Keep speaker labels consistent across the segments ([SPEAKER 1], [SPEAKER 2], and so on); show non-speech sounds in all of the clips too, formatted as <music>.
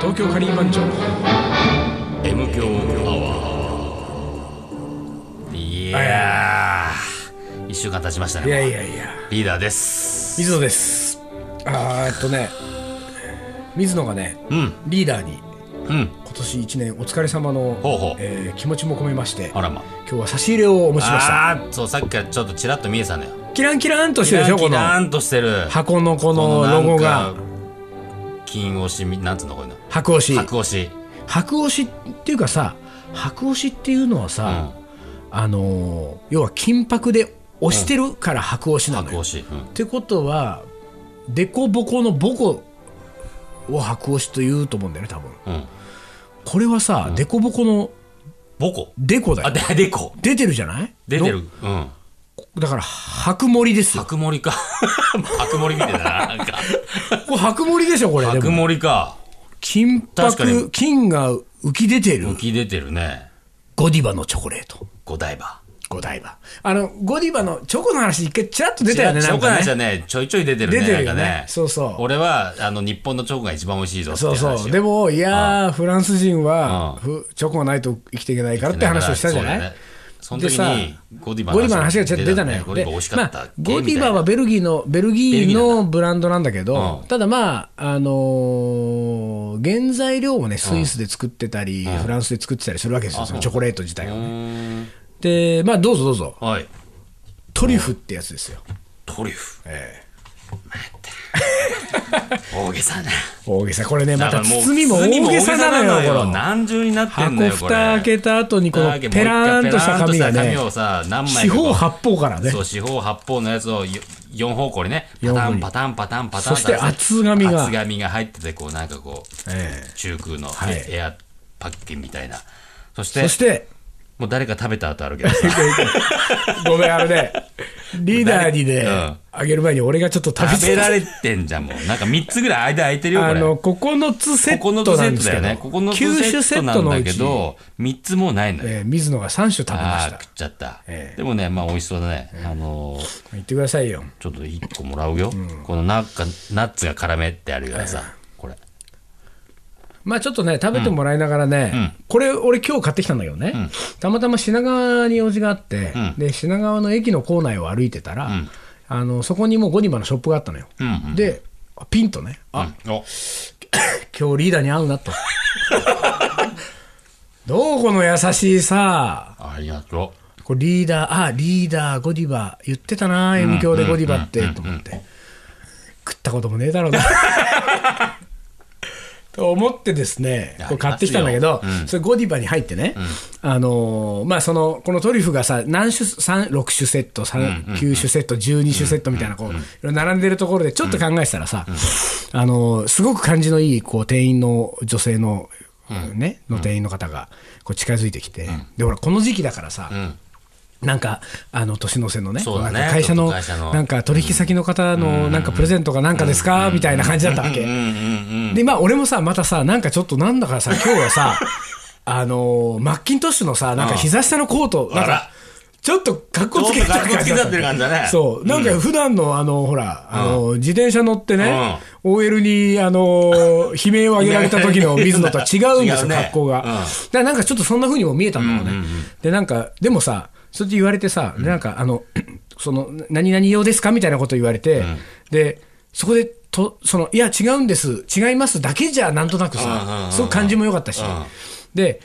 [SPEAKER 1] 東京カリー番長
[SPEAKER 2] M 強アワーいやー一週間経ちました
[SPEAKER 1] いや
[SPEAKER 2] ね
[SPEAKER 1] いやいや
[SPEAKER 2] リーダーです
[SPEAKER 1] 水野ですあーえっとね水野がね
[SPEAKER 2] うん
[SPEAKER 1] リーダーに
[SPEAKER 2] うん
[SPEAKER 1] 今年1年お疲れ様の
[SPEAKER 2] ほうほう
[SPEAKER 1] えー気持ちも込めまして
[SPEAKER 2] あらま
[SPEAKER 1] 今日は差し入れをお持ちしました
[SPEAKER 2] あーそうさっきからちょっとちらっと見えてたんだよ
[SPEAKER 1] キランキランとしてるでしょこ
[SPEAKER 2] キ
[SPEAKER 1] の
[SPEAKER 2] ラーンとしてる
[SPEAKER 1] 箱のこ
[SPEAKER 2] こ
[SPEAKER 1] の
[SPEAKER 2] な
[SPEAKER 1] ロ
[SPEAKER 2] んか
[SPEAKER 1] ゴが
[SPEAKER 2] 金押しみなんつうのこういうの
[SPEAKER 1] 白押し
[SPEAKER 2] 白押し
[SPEAKER 1] 白押しっていうかさ白押しっていうのはさ、あのー要は金箔で押してるから白押しなの
[SPEAKER 2] 白
[SPEAKER 1] よ、
[SPEAKER 2] 押し、うん
[SPEAKER 1] ってことは凸凹のボコを白押しと言うと思うんだよね多分
[SPEAKER 2] うん、
[SPEAKER 1] これはさ、凸凹の
[SPEAKER 2] ボコ
[SPEAKER 1] デコだ
[SPEAKER 2] あ
[SPEAKER 1] よ
[SPEAKER 2] ででこ
[SPEAKER 1] 出てるじゃない
[SPEAKER 2] 出てるうん
[SPEAKER 1] どだから白盛りですよ
[SPEAKER 2] 白盛りか <laughs> 白盛りみたいだな
[SPEAKER 1] <laughs>
[SPEAKER 2] なんか
[SPEAKER 1] これ白盛りでしょこれで
[SPEAKER 2] 白
[SPEAKER 1] も
[SPEAKER 2] 盛りか
[SPEAKER 1] 金
[SPEAKER 2] 確かに
[SPEAKER 1] 箔金が浮き出てる、
[SPEAKER 2] 浮き出てるね
[SPEAKER 1] ゴディバのチョコレート
[SPEAKER 2] 五台場
[SPEAKER 1] ゴ台場あのゴディバのチョコの話一回ちらっと出たよね
[SPEAKER 2] チ
[SPEAKER 1] な
[SPEAKER 2] ョ
[SPEAKER 1] ん
[SPEAKER 2] コの
[SPEAKER 1] か
[SPEAKER 2] 話
[SPEAKER 1] ね
[SPEAKER 2] はねちょいちょい出てるね
[SPEAKER 1] 出てるよね
[SPEAKER 2] なんかね
[SPEAKER 1] そうそう
[SPEAKER 2] 俺はあの日本のチョコが一番美味しいぞってい
[SPEAKER 1] そう
[SPEAKER 2] 話
[SPEAKER 1] う
[SPEAKER 2] よ
[SPEAKER 1] そうでもいやーフランス人は
[SPEAKER 2] うん
[SPEAKER 1] ふチョコがないと生きていけないからって話をしたじゃない
[SPEAKER 2] そうだよねその時にゴディバ
[SPEAKER 1] ゴディバの話がちょっと出たのよ。
[SPEAKER 2] ゴデ
[SPEAKER 1] で
[SPEAKER 2] ィバ美味しかった、
[SPEAKER 1] まあ、ゴディバはベルギーの、ベルギ
[SPEAKER 2] ベルギ
[SPEAKER 1] ー
[SPEAKER 2] ーな
[SPEAKER 1] のブランドなんだけど、
[SPEAKER 2] うん
[SPEAKER 1] ただまあ、あのー原材料もね、スイスで作ってたり、フランスで作ってたりするわけですよ、そのチョコレート自体を、
[SPEAKER 2] う
[SPEAKER 1] ね。
[SPEAKER 2] ーん
[SPEAKER 1] で、まあ、どうぞどうぞ。
[SPEAKER 2] はい
[SPEAKER 1] トリュフってやつですよ。
[SPEAKER 2] トリュフ
[SPEAKER 1] え
[SPEAKER 2] 大げさね
[SPEAKER 1] え大げさ。これね、また
[SPEAKER 2] だからう
[SPEAKER 1] 包みも大げさなのよ、この。
[SPEAKER 2] 何重になってんの
[SPEAKER 1] 箱
[SPEAKER 2] よ
[SPEAKER 1] 蓋
[SPEAKER 2] これ
[SPEAKER 1] 開けた後に、このペラーンとした紙がね
[SPEAKER 2] ペラーンとした紙、をさ何枚か
[SPEAKER 1] 四
[SPEAKER 2] こう
[SPEAKER 1] 方八方からね
[SPEAKER 2] そ、う四方八方のやつをよ四方向にねパ
[SPEAKER 1] 四
[SPEAKER 2] タ
[SPEAKER 1] 方
[SPEAKER 2] ン
[SPEAKER 1] に
[SPEAKER 2] パタンパタンパタン
[SPEAKER 1] そして厚紙が
[SPEAKER 2] 厚紙が入っててこうなんかこう
[SPEAKER 1] え
[SPEAKER 2] 中空の
[SPEAKER 1] はい
[SPEAKER 2] エエアパッケンみたいなそし
[SPEAKER 1] え
[SPEAKER 2] て
[SPEAKER 1] そして、
[SPEAKER 2] もう誰か食べた後あるけ
[SPEAKER 1] <laughs>
[SPEAKER 2] どさ
[SPEAKER 1] ごめん、あれね、リーダーにね
[SPEAKER 2] うん、
[SPEAKER 1] あげる前に俺がちょっと食べ
[SPEAKER 2] 食べ
[SPEAKER 1] て
[SPEAKER 2] られてんじゃんもうなんか三つぐらい間空いてるよこ
[SPEAKER 1] あ
[SPEAKER 2] れ
[SPEAKER 1] の、9つセ
[SPEAKER 2] 9
[SPEAKER 1] ッ
[SPEAKER 2] つ
[SPEAKER 1] トな
[SPEAKER 2] セ
[SPEAKER 1] んで
[SPEAKER 2] ット
[SPEAKER 1] す
[SPEAKER 2] だ
[SPEAKER 1] け
[SPEAKER 2] よ
[SPEAKER 1] ど、
[SPEAKER 2] ね9
[SPEAKER 1] 9
[SPEAKER 2] つセ
[SPEAKER 1] 種セ
[SPEAKER 2] ッ
[SPEAKER 1] ッ
[SPEAKER 2] トな
[SPEAKER 1] ト
[SPEAKER 2] ん
[SPEAKER 1] の
[SPEAKER 2] だ
[SPEAKER 1] う
[SPEAKER 2] け
[SPEAKER 1] ち、
[SPEAKER 2] ど3つもうないのよ
[SPEAKER 1] えー水野が3種食べま
[SPEAKER 2] あ
[SPEAKER 1] し
[SPEAKER 2] あ
[SPEAKER 1] た。
[SPEAKER 2] 食っちゃった
[SPEAKER 1] ええ
[SPEAKER 2] でもねまあ美味しそうだねあのー
[SPEAKER 1] 言ってくださいよ。
[SPEAKER 2] ちょっと一個もらうよ、このなんかナッツが絡めってあるようなさ、これ
[SPEAKER 1] まあちょっとね、食べてもらいながらね、これ、俺、今日買ってきたんだけどね、たまたま品川に用事があって、で品川の駅の構内を歩いてたら、あのそこにもうゴディバのショップがあったのよ。で、あピンとね、あ
[SPEAKER 2] うんお
[SPEAKER 1] 今日リーダーに会うな
[SPEAKER 2] <laughs>
[SPEAKER 1] と。どうこの優しいさ、
[SPEAKER 2] ありがと
[SPEAKER 1] こうリーダー、あ、リーダー、ゴディバ、言ってたな、M 響でゴディバって、と思って。食ったこともねえだ <laughs> ろうな。と思ってですね、こう買ってきたんだけど、それゴディバに入ってね、あのーまあその、このトリュフがさ、何種、三6種セット、三9種セット、12種セットみたいな、こう、いろいろ並んでるところでちょっと考えてたらさ、あのーすごく感じのいい、こう、店員の女性の、ね、の店員の方が、こう、近づいてきて、で、ほら、この時期だからさ、なんか、あの、年の瀬のね、
[SPEAKER 2] そうだね
[SPEAKER 1] なんか会社
[SPEAKER 2] ちょ
[SPEAKER 1] の、
[SPEAKER 2] っと会社の
[SPEAKER 1] なんか取引先の方の、なんかプレゼントがなんかですかみたいな感じだったわけ。で、まあ、俺もさ、またさ、なんかちょっとなんだか
[SPEAKER 2] <laughs>
[SPEAKER 1] さ、今日はさ、あのーマッキントッシュのさ、なんか膝下のコート、なん
[SPEAKER 2] あら
[SPEAKER 1] か、ちょっと格好つけ
[SPEAKER 2] ちょっと格好つけちゃってる感じだね
[SPEAKER 1] そう。なんか普段の、あの、ほら、あの、自転車乗ってね、OL に、あの、悲鳴を上げられた時の水野とは違うんです
[SPEAKER 2] <laughs> 違
[SPEAKER 1] よ、
[SPEAKER 2] うね
[SPEAKER 1] 格好が。
[SPEAKER 2] う
[SPEAKER 1] だ
[SPEAKER 2] ん
[SPEAKER 1] からなんかちょっとそんな風にも見えたんだろうね。で、なんか、でもさ、それで言われてさ、でなんか、あの、その、何々用ですかみたいなこと言われて、で、そこで、と、その、いや、違うんです、違いますだけじゃ、なんとなくさ、すごく感じも良かったし、で、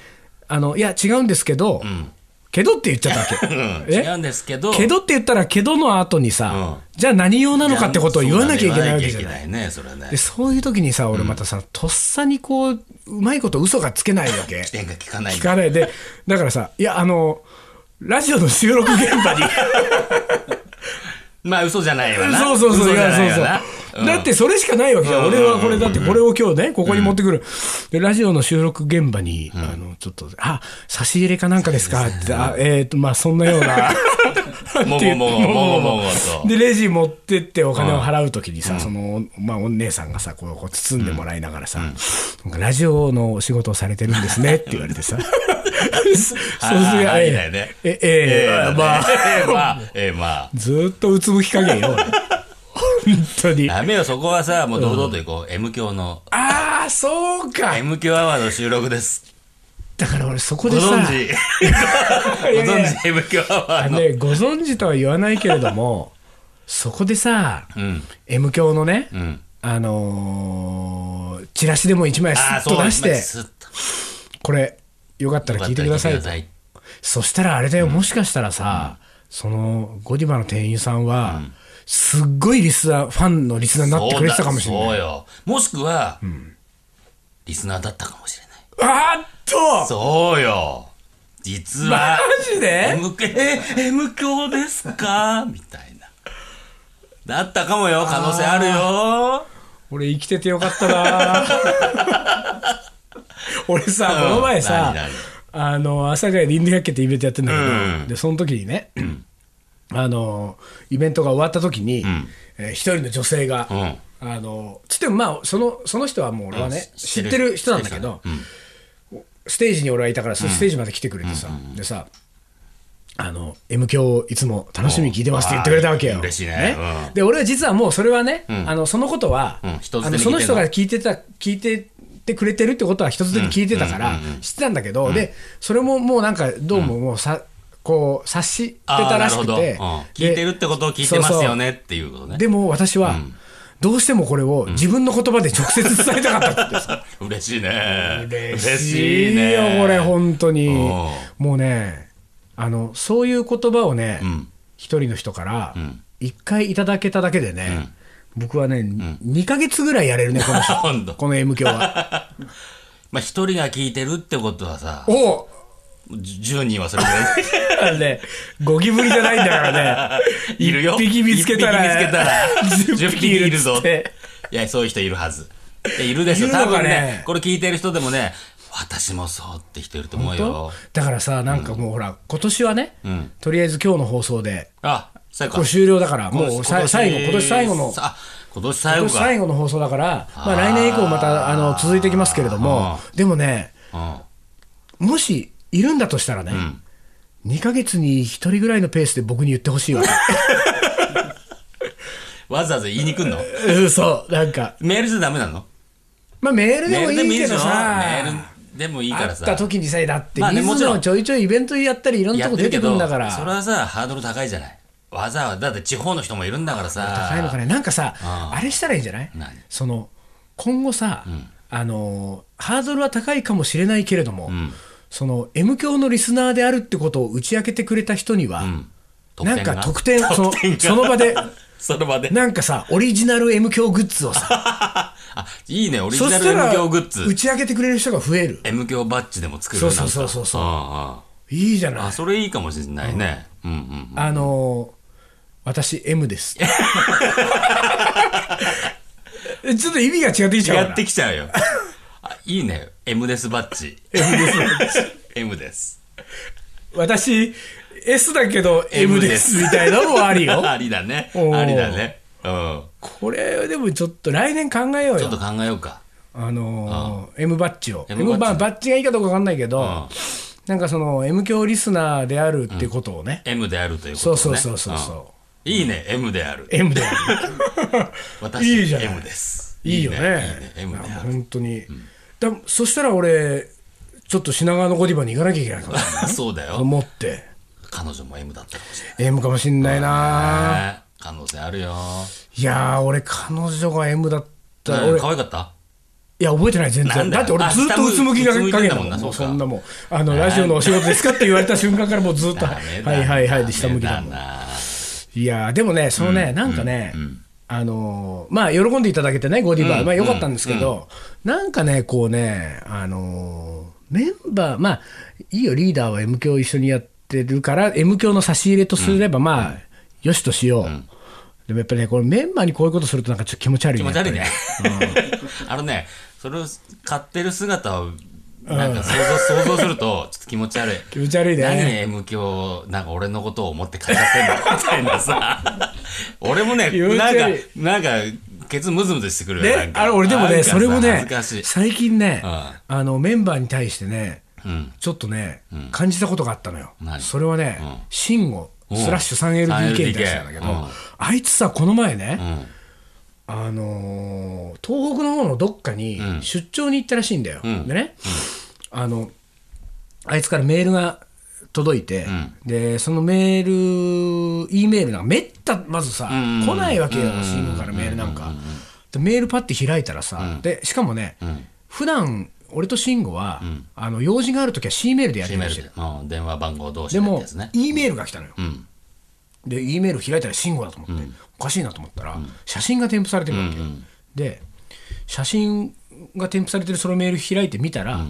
[SPEAKER 1] あの、いや、違うんですけど、けどって言っちゃったわ <laughs> け。
[SPEAKER 2] う
[SPEAKER 1] え
[SPEAKER 2] 違うんですけど
[SPEAKER 1] けどって言ったら、けどの後にさ、
[SPEAKER 2] う
[SPEAKER 1] じゃあ何用なのかってことを言わなきゃいけないわけじゃ
[SPEAKER 2] 言わ
[SPEAKER 1] な
[SPEAKER 2] きゃ
[SPEAKER 1] い。
[SPEAKER 2] いけねそれはね
[SPEAKER 1] で、そういう時にさ、俺またさ、とっさにこう、うまいこと嘘がつけないわけ。
[SPEAKER 2] 点が効かない
[SPEAKER 1] 聞かないで、だからさ、いや、あの、ラジオの収録現場に、
[SPEAKER 2] まあ嘘じゃないわな
[SPEAKER 1] そうそうそう、
[SPEAKER 2] 嘘
[SPEAKER 1] い
[SPEAKER 2] じゃ
[SPEAKER 1] や
[SPEAKER 2] な
[SPEAKER 1] そ
[SPEAKER 2] いうわ
[SPEAKER 1] そう
[SPEAKER 2] な。
[SPEAKER 1] だってそれしかないわけじゃん。俺はこれだって、これを今日ね、ここに持ってくる。で、ラジオの収録現場に、あの、ちょっと、あ、差し入れかなんかですかって、あ、えっと、まあ、そんなような。
[SPEAKER 2] <laughs> もごもごもごもごと
[SPEAKER 1] でレジ持ってってお金を払うときにさ、そのまあ、お姉さんがさこうこう包んでもらいながらさ、なんかラジオのお仕事をされてるんですねって言われてさ <laughs> そうすりゃ
[SPEAKER 2] はい
[SPEAKER 1] え
[SPEAKER 2] はいね
[SPEAKER 1] えええ
[SPEAKER 2] ええ
[SPEAKER 1] まあ
[SPEAKER 2] ええまあええまあ
[SPEAKER 1] ずっとうつむき加減よ俺本当に。
[SPEAKER 2] ダメよ、そこはさ、もう堂々と行こう。M 教の、
[SPEAKER 1] ああ、そうか。
[SPEAKER 2] M 教アワーの収録です。
[SPEAKER 1] だから俺そこ
[SPEAKER 2] ご
[SPEAKER 1] でさ、
[SPEAKER 2] 存
[SPEAKER 1] <laughs>
[SPEAKER 2] 知ご存知 ?M 教アワーの。
[SPEAKER 1] ね、ご存知とは言わないけれども、そこでさ、
[SPEAKER 2] うん。
[SPEAKER 1] M 教のね、
[SPEAKER 2] うん。
[SPEAKER 1] あのーチラシでも1枚ス
[SPEAKER 2] ああ、
[SPEAKER 1] ッ
[SPEAKER 2] そう
[SPEAKER 1] と
[SPEAKER 2] だ
[SPEAKER 1] 出し
[SPEAKER 2] 今
[SPEAKER 1] て、
[SPEAKER 2] スッと
[SPEAKER 1] これ、よかったら聞いてください
[SPEAKER 2] よかったら聞いてく
[SPEAKER 1] そしたらあれだよ、もしかしたらさ、そのゴディバの店員さんは、すっごいリスナー、ファンのリスナーになってくれてたかもしれ
[SPEAKER 2] そうだ
[SPEAKER 1] ない。
[SPEAKER 2] そうよ。もしくは、リスナーだったかもしれない。
[SPEAKER 1] あーっと
[SPEAKER 2] そうよ。実
[SPEAKER 1] マ
[SPEAKER 2] は、
[SPEAKER 1] ジで
[SPEAKER 2] M え M 教ですかみたいな。だったかもよ、可能性あるよ。
[SPEAKER 1] 俺生きててよかった
[SPEAKER 2] <laughs>
[SPEAKER 1] な俺さ、
[SPEAKER 2] うん
[SPEAKER 1] この前さ
[SPEAKER 2] 何何、
[SPEAKER 1] あの、朝霞でインディ百景ってイベントやってんだけど、
[SPEAKER 2] うん
[SPEAKER 1] で、その時にね、あの、イベントが終わった時に、えー一人の女性が、あの、つってもまあ、その、その人はもう俺はね、
[SPEAKER 2] うん
[SPEAKER 1] 知ってる人なんだけど、ステージに俺はいたから、そのステージまで来てくれてさ、でさ、あの、M 響をいつも楽しみに聞いてますって言ってくれたわけ
[SPEAKER 2] う
[SPEAKER 1] よ。
[SPEAKER 2] ん嬉しいねうん
[SPEAKER 1] で、俺は実はもうそれはね、あの、そのことは、
[SPEAKER 2] うん人
[SPEAKER 1] あ
[SPEAKER 2] づてに聞いてんの
[SPEAKER 1] のその人が聞いてた、聞いて、てくれてるってことは一つで聞いてたから知ってたんだけど、でそれももうなんかどうももうさ、こう察してたらしく
[SPEAKER 2] あー
[SPEAKER 1] て、
[SPEAKER 2] なるほどうん
[SPEAKER 1] で
[SPEAKER 2] 聞いてるってことを聞いてます
[SPEAKER 1] そうそ
[SPEAKER 2] よ
[SPEAKER 1] う
[SPEAKER 2] ねっていうことね。
[SPEAKER 1] でも私は、どうしてもこれを自分の言葉で直接伝えたかったってさ
[SPEAKER 2] <laughs> 嬉しいね。
[SPEAKER 1] 嬉しいよ、これ、本当に
[SPEAKER 2] うん。
[SPEAKER 1] もうね、あの、そういう言葉をね
[SPEAKER 2] ん、
[SPEAKER 1] 一人の人から
[SPEAKER 2] ん、
[SPEAKER 1] 一回いただけただけでね、僕はね、2ヶ月ぐらいやれるね、この
[SPEAKER 2] <laughs> 本
[SPEAKER 1] 人
[SPEAKER 2] 当
[SPEAKER 1] この M 響は。
[SPEAKER 2] まあ、一人が聞いてるってことはさ、
[SPEAKER 1] おう
[SPEAKER 2] じゅ10人はそれぐらい。
[SPEAKER 1] あのね、ゴキブリじゃないんだからね
[SPEAKER 2] <laughs> いるよ。
[SPEAKER 1] 一匹見つけたら、
[SPEAKER 2] 一匹見つけたら
[SPEAKER 1] <laughs> 10
[SPEAKER 2] 10匹いるぞ
[SPEAKER 1] っつって。
[SPEAKER 2] いや、そういう人いるはず。いやいるですよ。
[SPEAKER 1] いるの
[SPEAKER 2] 多
[SPEAKER 1] かね
[SPEAKER 2] 分ね、これ聞いてる人でもね、私もそうって人いると思うよ。
[SPEAKER 1] だからさ、なんかもうほら、今年はね、
[SPEAKER 2] ん
[SPEAKER 1] とりあえず今日の放送で、
[SPEAKER 2] あ、最後
[SPEAKER 1] こ
[SPEAKER 2] か
[SPEAKER 1] れ。終了だから、もう
[SPEAKER 2] 今
[SPEAKER 1] さ
[SPEAKER 2] 年
[SPEAKER 1] 最後、今年最後の、
[SPEAKER 2] あ、今年最
[SPEAKER 1] 今
[SPEAKER 2] 後
[SPEAKER 1] 年
[SPEAKER 2] か。
[SPEAKER 1] 最後の放送だから、ま
[SPEAKER 2] あ
[SPEAKER 1] あ、
[SPEAKER 2] ー
[SPEAKER 1] 来年以降またあの続いていきますけれども、でもね、
[SPEAKER 2] うん
[SPEAKER 1] もしいるんだとしたらね、2ヶ月に1人ぐらいのペースで僕に言ってほしいわ。 <laughs>
[SPEAKER 2] わざわざ言いに来んの
[SPEAKER 1] うんそう、なんか、
[SPEAKER 2] メールじゃダメなの
[SPEAKER 1] まあ、メール
[SPEAKER 2] メ
[SPEAKER 1] で
[SPEAKER 2] ー
[SPEAKER 1] も
[SPEAKER 2] ルでも
[SPEAKER 1] い
[SPEAKER 2] い
[SPEAKER 1] い
[SPEAKER 2] いで
[SPEAKER 1] け
[SPEAKER 2] し
[SPEAKER 1] ど
[SPEAKER 2] ょメ
[SPEAKER 1] さ。
[SPEAKER 2] ールでもいいか
[SPEAKER 1] あ
[SPEAKER 2] ら
[SPEAKER 1] っ
[SPEAKER 2] さ。
[SPEAKER 1] た時にさ、だって、
[SPEAKER 2] まあねもち
[SPEAKER 1] 水
[SPEAKER 2] ろん
[SPEAKER 1] 野ちょいちょいイベントやったり、いろんなとこ出てくるんだか
[SPEAKER 2] やってるけどそれ
[SPEAKER 1] ら、
[SPEAKER 2] はさ、ハードル高いじゃない。わざわざ、だって地方の人もいるんだからさ。
[SPEAKER 1] 高いのかね、なんかさ、あれしたらいいんじゃない
[SPEAKER 2] 何
[SPEAKER 1] その今後さ、あのーハードルは高いかもしれないけれども、その M 教のリスナーであるってことを打ち明けてくれた人には、
[SPEAKER 2] 得
[SPEAKER 1] な
[SPEAKER 2] 点
[SPEAKER 1] ん
[SPEAKER 2] が
[SPEAKER 1] か特典その
[SPEAKER 2] 得点が
[SPEAKER 1] その場で
[SPEAKER 2] その場で。
[SPEAKER 1] なんかさオリジナル M 教グッズをさ
[SPEAKER 2] あ、いいね、 <laughs> オリジ
[SPEAKER 1] そ
[SPEAKER 2] ナ
[SPEAKER 1] し
[SPEAKER 2] ル
[SPEAKER 1] た
[SPEAKER 2] M
[SPEAKER 1] ら
[SPEAKER 2] 響グッ
[SPEAKER 1] 打
[SPEAKER 2] ズ。
[SPEAKER 1] ち明けてくれる人が増える
[SPEAKER 2] M 響バッジでも作る
[SPEAKER 1] そ
[SPEAKER 2] よ
[SPEAKER 1] う
[SPEAKER 2] うにな
[SPEAKER 1] そう
[SPEAKER 2] った
[SPEAKER 1] そうそうそう
[SPEAKER 2] うんうん
[SPEAKER 1] いいじゃない
[SPEAKER 2] あ、それいいかもしれないね。うんうん。
[SPEAKER 1] あのー私 M です
[SPEAKER 2] <laughs>
[SPEAKER 1] ちょっと意味が違ってきちゃう
[SPEAKER 2] や
[SPEAKER 1] か
[SPEAKER 2] っ
[SPEAKER 1] ら
[SPEAKER 2] てきちゃうよ。あいいね。M ですバッジ。M です。
[SPEAKER 1] 私 S だけど M ですみたいなのもあり
[SPEAKER 2] <laughs>
[SPEAKER 1] よ
[SPEAKER 2] ありだね。
[SPEAKER 1] おー
[SPEAKER 2] ありだね。うん。
[SPEAKER 1] これでもちょっと来年考えよう
[SPEAKER 2] ちょっと
[SPEAKER 1] よ、
[SPEAKER 2] 考えようか。
[SPEAKER 1] あのー M バッジを、
[SPEAKER 2] M
[SPEAKER 1] M
[SPEAKER 2] バッジ
[SPEAKER 1] ババッジがいいかどうか分かんないけど、
[SPEAKER 2] ん
[SPEAKER 1] なんかその M 教リスナーであるってことをね、
[SPEAKER 2] M であるということ
[SPEAKER 1] そ
[SPEAKER 2] ね。
[SPEAKER 1] うそうそうそうそ
[SPEAKER 2] うん。いいね、M である
[SPEAKER 1] う、。M であ
[SPEAKER 2] 私、
[SPEAKER 1] いいじゃない
[SPEAKER 2] M です。
[SPEAKER 1] る、いいよね、
[SPEAKER 2] <laughs> いいね、M で
[SPEAKER 1] なん
[SPEAKER 2] あ
[SPEAKER 1] か
[SPEAKER 2] る。
[SPEAKER 1] 本当に、だ、そしたら俺、ちょっと品川のゴディバに行かなきゃいけ
[SPEAKER 2] <laughs>
[SPEAKER 1] ないかもしれない
[SPEAKER 2] そうだよ。
[SPEAKER 1] 思って、
[SPEAKER 2] 彼女も M だったかもしれ
[SPEAKER 1] M かもしんないな、
[SPEAKER 2] ない。ね可能性あるよ。
[SPEAKER 1] いやー、俺、彼女が M だったら、
[SPEAKER 2] うん
[SPEAKER 1] 俺、
[SPEAKER 2] 可愛かった
[SPEAKER 1] いや、覚えてない、全
[SPEAKER 2] なん
[SPEAKER 1] 然。
[SPEAKER 2] だよ
[SPEAKER 1] だって俺、ずっとうつむきが
[SPEAKER 2] あ下向い
[SPEAKER 1] か
[SPEAKER 2] て
[SPEAKER 1] け
[SPEAKER 2] んだ
[SPEAKER 1] た
[SPEAKER 2] も
[SPEAKER 1] も
[SPEAKER 2] ん
[SPEAKER 1] ん
[SPEAKER 2] な
[SPEAKER 1] な、もう
[SPEAKER 2] そうか
[SPEAKER 1] そんなもん。あの、ラジオのお仕事ですかって言われた瞬間から、もうずっと、は
[SPEAKER 2] <laughs> ダメ
[SPEAKER 1] い
[SPEAKER 2] だね
[SPEAKER 1] はいはいで、下向きだ
[SPEAKER 2] ダ
[SPEAKER 1] も
[SPEAKER 2] メ
[SPEAKER 1] ん。
[SPEAKER 2] だない
[SPEAKER 1] やー、でもね、そのね、なんかね、あのー、まあ、喜んでいただけてね、ゴディバー、まあ、よかったんですけど、なんかね、こうね、あのー、メンバー、まあ、いいよ、リーダーは M 教一緒にやってるから、M 教の差し入れとすれば、まあ、よしとしよう。でもやっぱりね、これメンバーにこういうことするとなんかちょっと気持ち悪い
[SPEAKER 2] 気
[SPEAKER 1] ね
[SPEAKER 2] 持ち悪いね。 <laughs> あのね、それを買ってる姿を、なんか想像、想像すると、
[SPEAKER 1] <laughs>
[SPEAKER 2] ちょっと気持ち悪い。
[SPEAKER 1] 気持ち悪いね。
[SPEAKER 2] 何 M 響、なんか俺のことを思って語ってん
[SPEAKER 1] <laughs>
[SPEAKER 2] だ、みたいなさ。俺もね
[SPEAKER 1] 気持、ち
[SPEAKER 2] なんか
[SPEAKER 1] 悪い、
[SPEAKER 2] なんか、ケツムズムズしてくるよ。なん
[SPEAKER 1] ね、
[SPEAKER 2] か
[SPEAKER 1] あれ俺でも
[SPEAKER 2] なん
[SPEAKER 1] ね、
[SPEAKER 2] かさ
[SPEAKER 1] それもね
[SPEAKER 2] 恥ずかしい、。
[SPEAKER 1] 最近ね、
[SPEAKER 2] うん
[SPEAKER 1] あのメンバーに対してね、
[SPEAKER 2] うん。
[SPEAKER 1] ちょっとね、感じたことがあったのよ
[SPEAKER 2] 何。
[SPEAKER 1] それはね、慎吾スラッシュ 3LDK に対してなんだけど
[SPEAKER 2] うん、
[SPEAKER 1] あいつさ、この前ね、
[SPEAKER 2] うん。
[SPEAKER 1] あのー東北の方のどっかに
[SPEAKER 2] うん
[SPEAKER 1] 出張に行ったらしいんだよ、
[SPEAKER 2] ん
[SPEAKER 1] でね、あのあいつからメールが届いて、
[SPEAKER 2] ん
[SPEAKER 1] でそのメール E メールなんかめったまずさ、
[SPEAKER 2] ん
[SPEAKER 1] 来ないわけよ新聞からメールなんか、でメールパッて開いたらさ、でしかもね、普段俺と慎吾は、あの用事があるときは C メールでやり
[SPEAKER 2] G
[SPEAKER 1] 取
[SPEAKER 2] メ
[SPEAKER 1] りして
[SPEAKER 2] ー
[SPEAKER 1] る
[SPEAKER 2] ルで電話番号同士
[SPEAKER 1] で
[SPEAKER 2] でって
[SPEAKER 1] も
[SPEAKER 2] やつね。
[SPEAKER 1] E メールが来たのよ、
[SPEAKER 2] うん。
[SPEAKER 1] で、E メール開いたら慎吾だと思って、おかしいなと思ったら、写真が添付されてるわけよ。で、写真が添付されてるそのメール開いてみたら、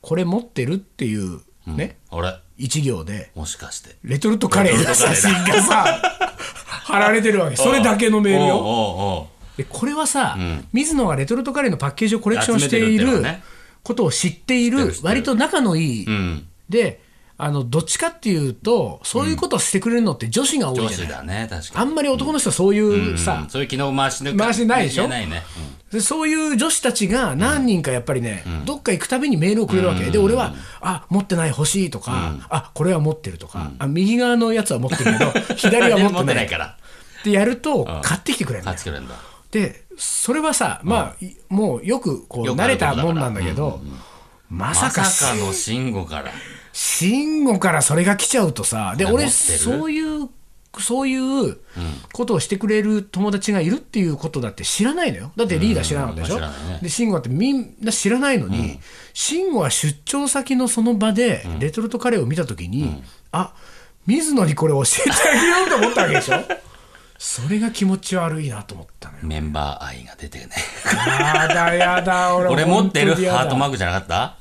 [SPEAKER 1] これ持ってるっていうね、
[SPEAKER 2] あれ
[SPEAKER 1] 一行で、
[SPEAKER 2] もしかして。
[SPEAKER 1] レトルトカレーの写真がさ、
[SPEAKER 2] <laughs>
[SPEAKER 1] 貼られてるわけ。それだけのメールよ。
[SPEAKER 2] よ。
[SPEAKER 1] で、これはさ、水野がレトルトカレーのパッケージをコレクションしてい
[SPEAKER 2] 集めてる
[SPEAKER 1] る
[SPEAKER 2] ってのはね
[SPEAKER 1] ことを知ってい
[SPEAKER 2] 知って
[SPEAKER 1] る
[SPEAKER 2] る知っ、てる
[SPEAKER 1] 割と仲のいい、
[SPEAKER 2] うん。
[SPEAKER 1] で、あの、どっちかっていうと、そういうことをしてくれるのって女子が多いじゃな
[SPEAKER 2] 女
[SPEAKER 1] い
[SPEAKER 2] 子だね、確
[SPEAKER 1] あ
[SPEAKER 2] かに。
[SPEAKER 1] んまり男の人はそういうさ、
[SPEAKER 2] うんそういう機能回し抜く
[SPEAKER 1] 回しないでしょ
[SPEAKER 2] 言えないね。うん
[SPEAKER 1] でそういう女子たちが何人かやっぱりね、どっか行くたびにメールをくれるわけ、で俺は、あ持ってない、欲しいとか、あこれは持ってるとか、あ右側のやつは持ってる
[SPEAKER 2] <laughs>
[SPEAKER 1] けど、左は持ってない
[SPEAKER 2] 持ってないから。
[SPEAKER 1] でやると、買ってきてくれるんだ
[SPEAKER 2] 買っ
[SPEAKER 1] よ
[SPEAKER 2] てくれるんだ。
[SPEAKER 1] で、それはさ、まあ、いもうよくこう
[SPEAKER 2] よく
[SPEAKER 1] 慣
[SPEAKER 2] あ
[SPEAKER 1] れ
[SPEAKER 2] ることだ
[SPEAKER 1] た
[SPEAKER 2] から
[SPEAKER 1] もんなんだけど、まさ
[SPEAKER 2] ま
[SPEAKER 1] か、
[SPEAKER 2] さかの慎吾から。
[SPEAKER 1] 慎吾からそれが来ちゃうとさ、で、
[SPEAKER 2] これ
[SPEAKER 1] 俺、
[SPEAKER 2] 持ってる
[SPEAKER 1] そういう、そういうことをしてくれる友達がいるっていうことだって知らないのよ。だってリーダー知らなかったでしょ。
[SPEAKER 2] うんまあ知らないね
[SPEAKER 1] で、慎吾だってみんな知らないのに、慎吾は出張先のその場で、レトルトカレーを見たときに、あ水野にこれ教えてあげようと思ったわけでしょ。それが気持ち悪いなと思った
[SPEAKER 2] <laughs>
[SPEAKER 1] のよ。
[SPEAKER 2] メンバー愛が出てるね。
[SPEAKER 1] やだやだ、 <laughs> 俺
[SPEAKER 2] 俺持ってるハートマ
[SPEAKER 1] グ。
[SPEAKER 2] グじゃなか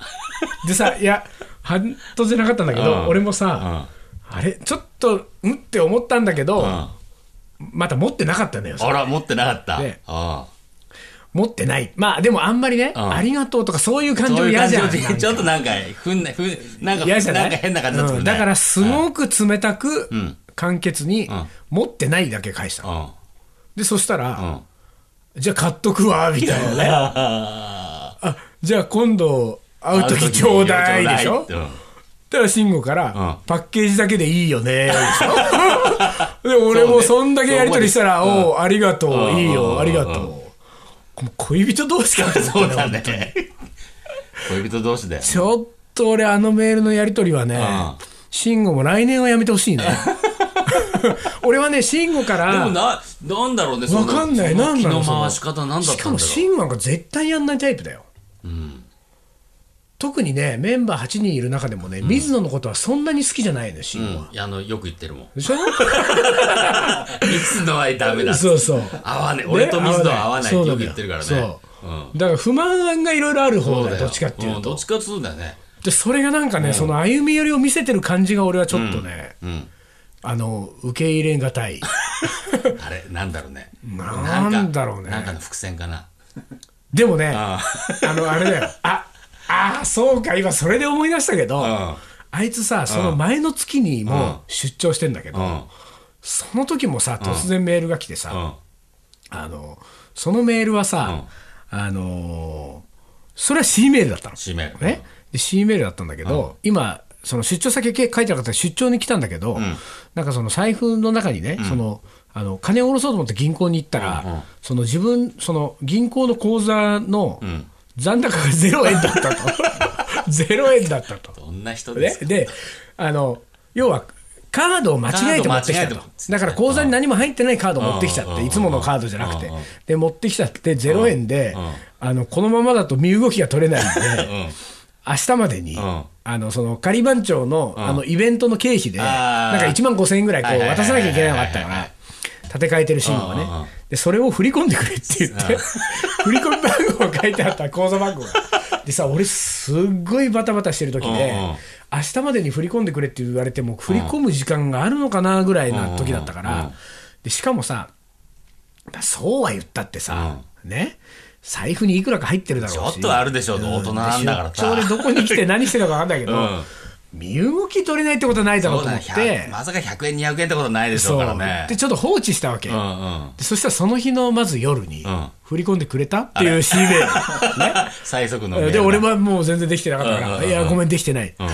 [SPEAKER 2] っ
[SPEAKER 1] でさ、いや、ハートじゃなかったんだけど、
[SPEAKER 2] うん
[SPEAKER 1] 俺もさ、
[SPEAKER 2] た
[SPEAKER 1] あれちょっとうんって思ったんだけど、
[SPEAKER 2] うん。うん
[SPEAKER 1] また持ってなかったんだよ
[SPEAKER 2] あら、持ってなかった。
[SPEAKER 1] ね
[SPEAKER 2] あ
[SPEAKER 1] 持ってないまあでもあんまりね、
[SPEAKER 2] うん
[SPEAKER 1] ありがとうとかそういう
[SPEAKER 2] あ
[SPEAKER 1] 感
[SPEAKER 2] そ
[SPEAKER 1] 情
[SPEAKER 2] ういう
[SPEAKER 1] 嫌
[SPEAKER 2] 感
[SPEAKER 1] じゃんな
[SPEAKER 2] 情
[SPEAKER 1] ん
[SPEAKER 2] で
[SPEAKER 1] か
[SPEAKER 2] ちょっとなんか、ふんな、ふん、なんか、
[SPEAKER 1] 嫌じゃない
[SPEAKER 2] なんか変な感じになってく
[SPEAKER 1] う
[SPEAKER 2] る
[SPEAKER 1] ん
[SPEAKER 2] ね。
[SPEAKER 1] だからすごく冷たく、簡潔に、
[SPEAKER 2] ん
[SPEAKER 1] 持ってないだけ返したの、
[SPEAKER 2] うん。
[SPEAKER 1] でそしたら、
[SPEAKER 2] うん。
[SPEAKER 1] じゃあ買っとくわみたいなね
[SPEAKER 2] あ
[SPEAKER 1] あじゃあ今度会う
[SPEAKER 2] ー
[SPEAKER 1] 時ちょうだいでしょ
[SPEAKER 2] ちょうだいって
[SPEAKER 1] たら慎吾から、
[SPEAKER 2] う
[SPEAKER 1] パッケージだけでいいよねでし
[SPEAKER 2] <laughs>
[SPEAKER 1] ょで俺もそんだけやり取りしたら「
[SPEAKER 2] そうね
[SPEAKER 1] おうありがとう、
[SPEAKER 2] うん
[SPEAKER 1] いいうよ
[SPEAKER 2] ん
[SPEAKER 1] ありがとう
[SPEAKER 2] うん」
[SPEAKER 1] もう恋人同士かと
[SPEAKER 2] うんそう
[SPEAKER 1] 思った
[SPEAKER 2] だ
[SPEAKER 1] ね <laughs>
[SPEAKER 2] ね。恋人同士で。
[SPEAKER 1] ちょっと俺あのメールのやり取りはね
[SPEAKER 2] ん
[SPEAKER 1] 慎吾も来年はやめてほ
[SPEAKER 2] <laughs>
[SPEAKER 1] しいね俺はね慎吾か
[SPEAKER 2] でも
[SPEAKER 1] ら
[SPEAKER 2] な、なんだろうね、その
[SPEAKER 1] わかんない
[SPEAKER 2] その
[SPEAKER 1] なん
[SPEAKER 2] 気
[SPEAKER 1] な
[SPEAKER 2] の
[SPEAKER 1] のその
[SPEAKER 2] 回し方なんだっ
[SPEAKER 1] したか
[SPEAKER 2] ん
[SPEAKER 1] も
[SPEAKER 2] だろ
[SPEAKER 1] 慎吾なんか絶対やんないタイプだよ
[SPEAKER 2] う。うん。
[SPEAKER 1] 特にねメンバー8人いる中でもね、水野のことはそんなに好きじゃないのよ
[SPEAKER 2] う
[SPEAKER 1] 慎吾は
[SPEAKER 2] ん、、いやあのよく言ってるもん。
[SPEAKER 1] でしょ <laughs>
[SPEAKER 2] 水野はダメだ。
[SPEAKER 1] そうそう
[SPEAKER 2] 合わねえ。俺と水野は合わないって
[SPEAKER 1] そう
[SPEAKER 2] よ
[SPEAKER 1] な
[SPEAKER 2] く
[SPEAKER 1] のよ
[SPEAKER 2] 言ってるからね。
[SPEAKER 1] そう、
[SPEAKER 2] うん
[SPEAKER 1] だから不満がいろいろある方
[SPEAKER 2] そう
[SPEAKER 1] だ
[SPEAKER 2] だ
[SPEAKER 1] よ
[SPEAKER 2] よ
[SPEAKER 1] どっちかっていうんと、
[SPEAKER 2] どっちかっつうんだよね。
[SPEAKER 1] でそれがなんかね、その歩み寄りを見せてる感じが俺はちょっとね、
[SPEAKER 2] うん。
[SPEAKER 1] あの受け入れがたい
[SPEAKER 2] あれ、なんだろうね。
[SPEAKER 1] なん
[SPEAKER 2] か
[SPEAKER 1] だろうね
[SPEAKER 2] なんかの伏線かな。
[SPEAKER 1] でもねあ
[SPEAKER 2] <laughs> あ
[SPEAKER 1] のあれだよああーそうか今それで思い出したけど、
[SPEAKER 2] ん
[SPEAKER 1] あいつさその前の月に
[SPEAKER 2] うん
[SPEAKER 1] も出張してんだけど、
[SPEAKER 2] うん。
[SPEAKER 1] その時もさ突然メールが来てさ、
[SPEAKER 2] うん。
[SPEAKER 1] あのそのメールはさ、あのそれは C メールだったの
[SPEAKER 2] C メール
[SPEAKER 1] ね、で C メールだったんだけど、今その出張先書いてなかったら出張に来たんだけど、なんかその財布の中にね、そのあの金を下ろそうと思って銀行に行ったら、
[SPEAKER 2] うんうん
[SPEAKER 1] その自分その銀行の口座の残高が0円だ <laughs> ったと <laughs> 0円だったと。
[SPEAKER 2] どんな人で
[SPEAKER 1] ね
[SPEAKER 2] す、か
[SPEAKER 1] であの要はカードを間違えて持ってきた
[SPEAKER 2] カード
[SPEAKER 1] と
[SPEAKER 2] 間違えて持ってきた
[SPEAKER 1] だから口座に何も入ってないカードを持ってきちゃ
[SPEAKER 2] うん
[SPEAKER 1] っ
[SPEAKER 2] うん
[SPEAKER 1] ていつものカードじゃなくて
[SPEAKER 2] うんうん
[SPEAKER 1] で持ってきちゃって0円で
[SPEAKER 2] うんうん
[SPEAKER 1] あのこのままだと身動きが取れないんで明日までに
[SPEAKER 2] うん
[SPEAKER 1] あのその仮番長のあのイベントの経費で
[SPEAKER 2] あー
[SPEAKER 1] なんか1万5000円ぐらいこ
[SPEAKER 2] はいうはいはい
[SPEAKER 1] 渡さなきゃいけなかったか
[SPEAKER 2] はいはい
[SPEAKER 1] ら立て替えてるシーンはね
[SPEAKER 2] うんうんうん
[SPEAKER 1] でそれを振り込んでくれって言っ
[SPEAKER 2] う
[SPEAKER 1] て <laughs> 振り込み番号が書いてあった口座番号がでさ俺すっごいバタバタしてる時
[SPEAKER 2] うん
[SPEAKER 1] で
[SPEAKER 2] うん
[SPEAKER 1] 明日までに振り込んでくれって言われても振り込む時間があるのかなぐらいな時だったか
[SPEAKER 2] うんうん
[SPEAKER 1] らでしかもさまあそうは言ったってさ、ね財布にいくらか入ってるだろうし
[SPEAKER 2] ちょっとはあるでしょう大人なんだからさ
[SPEAKER 1] うんで出張でどこに
[SPEAKER 2] <laughs>
[SPEAKER 1] 来て何してたか分かんないけど、
[SPEAKER 2] うん
[SPEAKER 1] 身動き取れないってことはないだろ
[SPEAKER 2] そうう
[SPEAKER 1] と
[SPEAKER 2] だ
[SPEAKER 1] 思
[SPEAKER 2] ね
[SPEAKER 1] っ
[SPEAKER 2] 100
[SPEAKER 1] て
[SPEAKER 2] まさか100円200円ってことないでしょうからね
[SPEAKER 1] でちょっと放置したわけ、
[SPEAKER 2] うんうん
[SPEAKER 1] でそしたらその日のまず夜に、
[SPEAKER 2] うん
[SPEAKER 1] 振り込んでくれたっていう C
[SPEAKER 2] <laughs>
[SPEAKER 1] メール、ね
[SPEAKER 2] 最速のメール
[SPEAKER 1] で
[SPEAKER 2] だ
[SPEAKER 1] 俺はもう全然できてなかったか
[SPEAKER 2] うん
[SPEAKER 1] ら、
[SPEAKER 2] うん
[SPEAKER 1] <laughs>
[SPEAKER 2] うん
[SPEAKER 1] いや、ごめん、できてない、
[SPEAKER 2] うん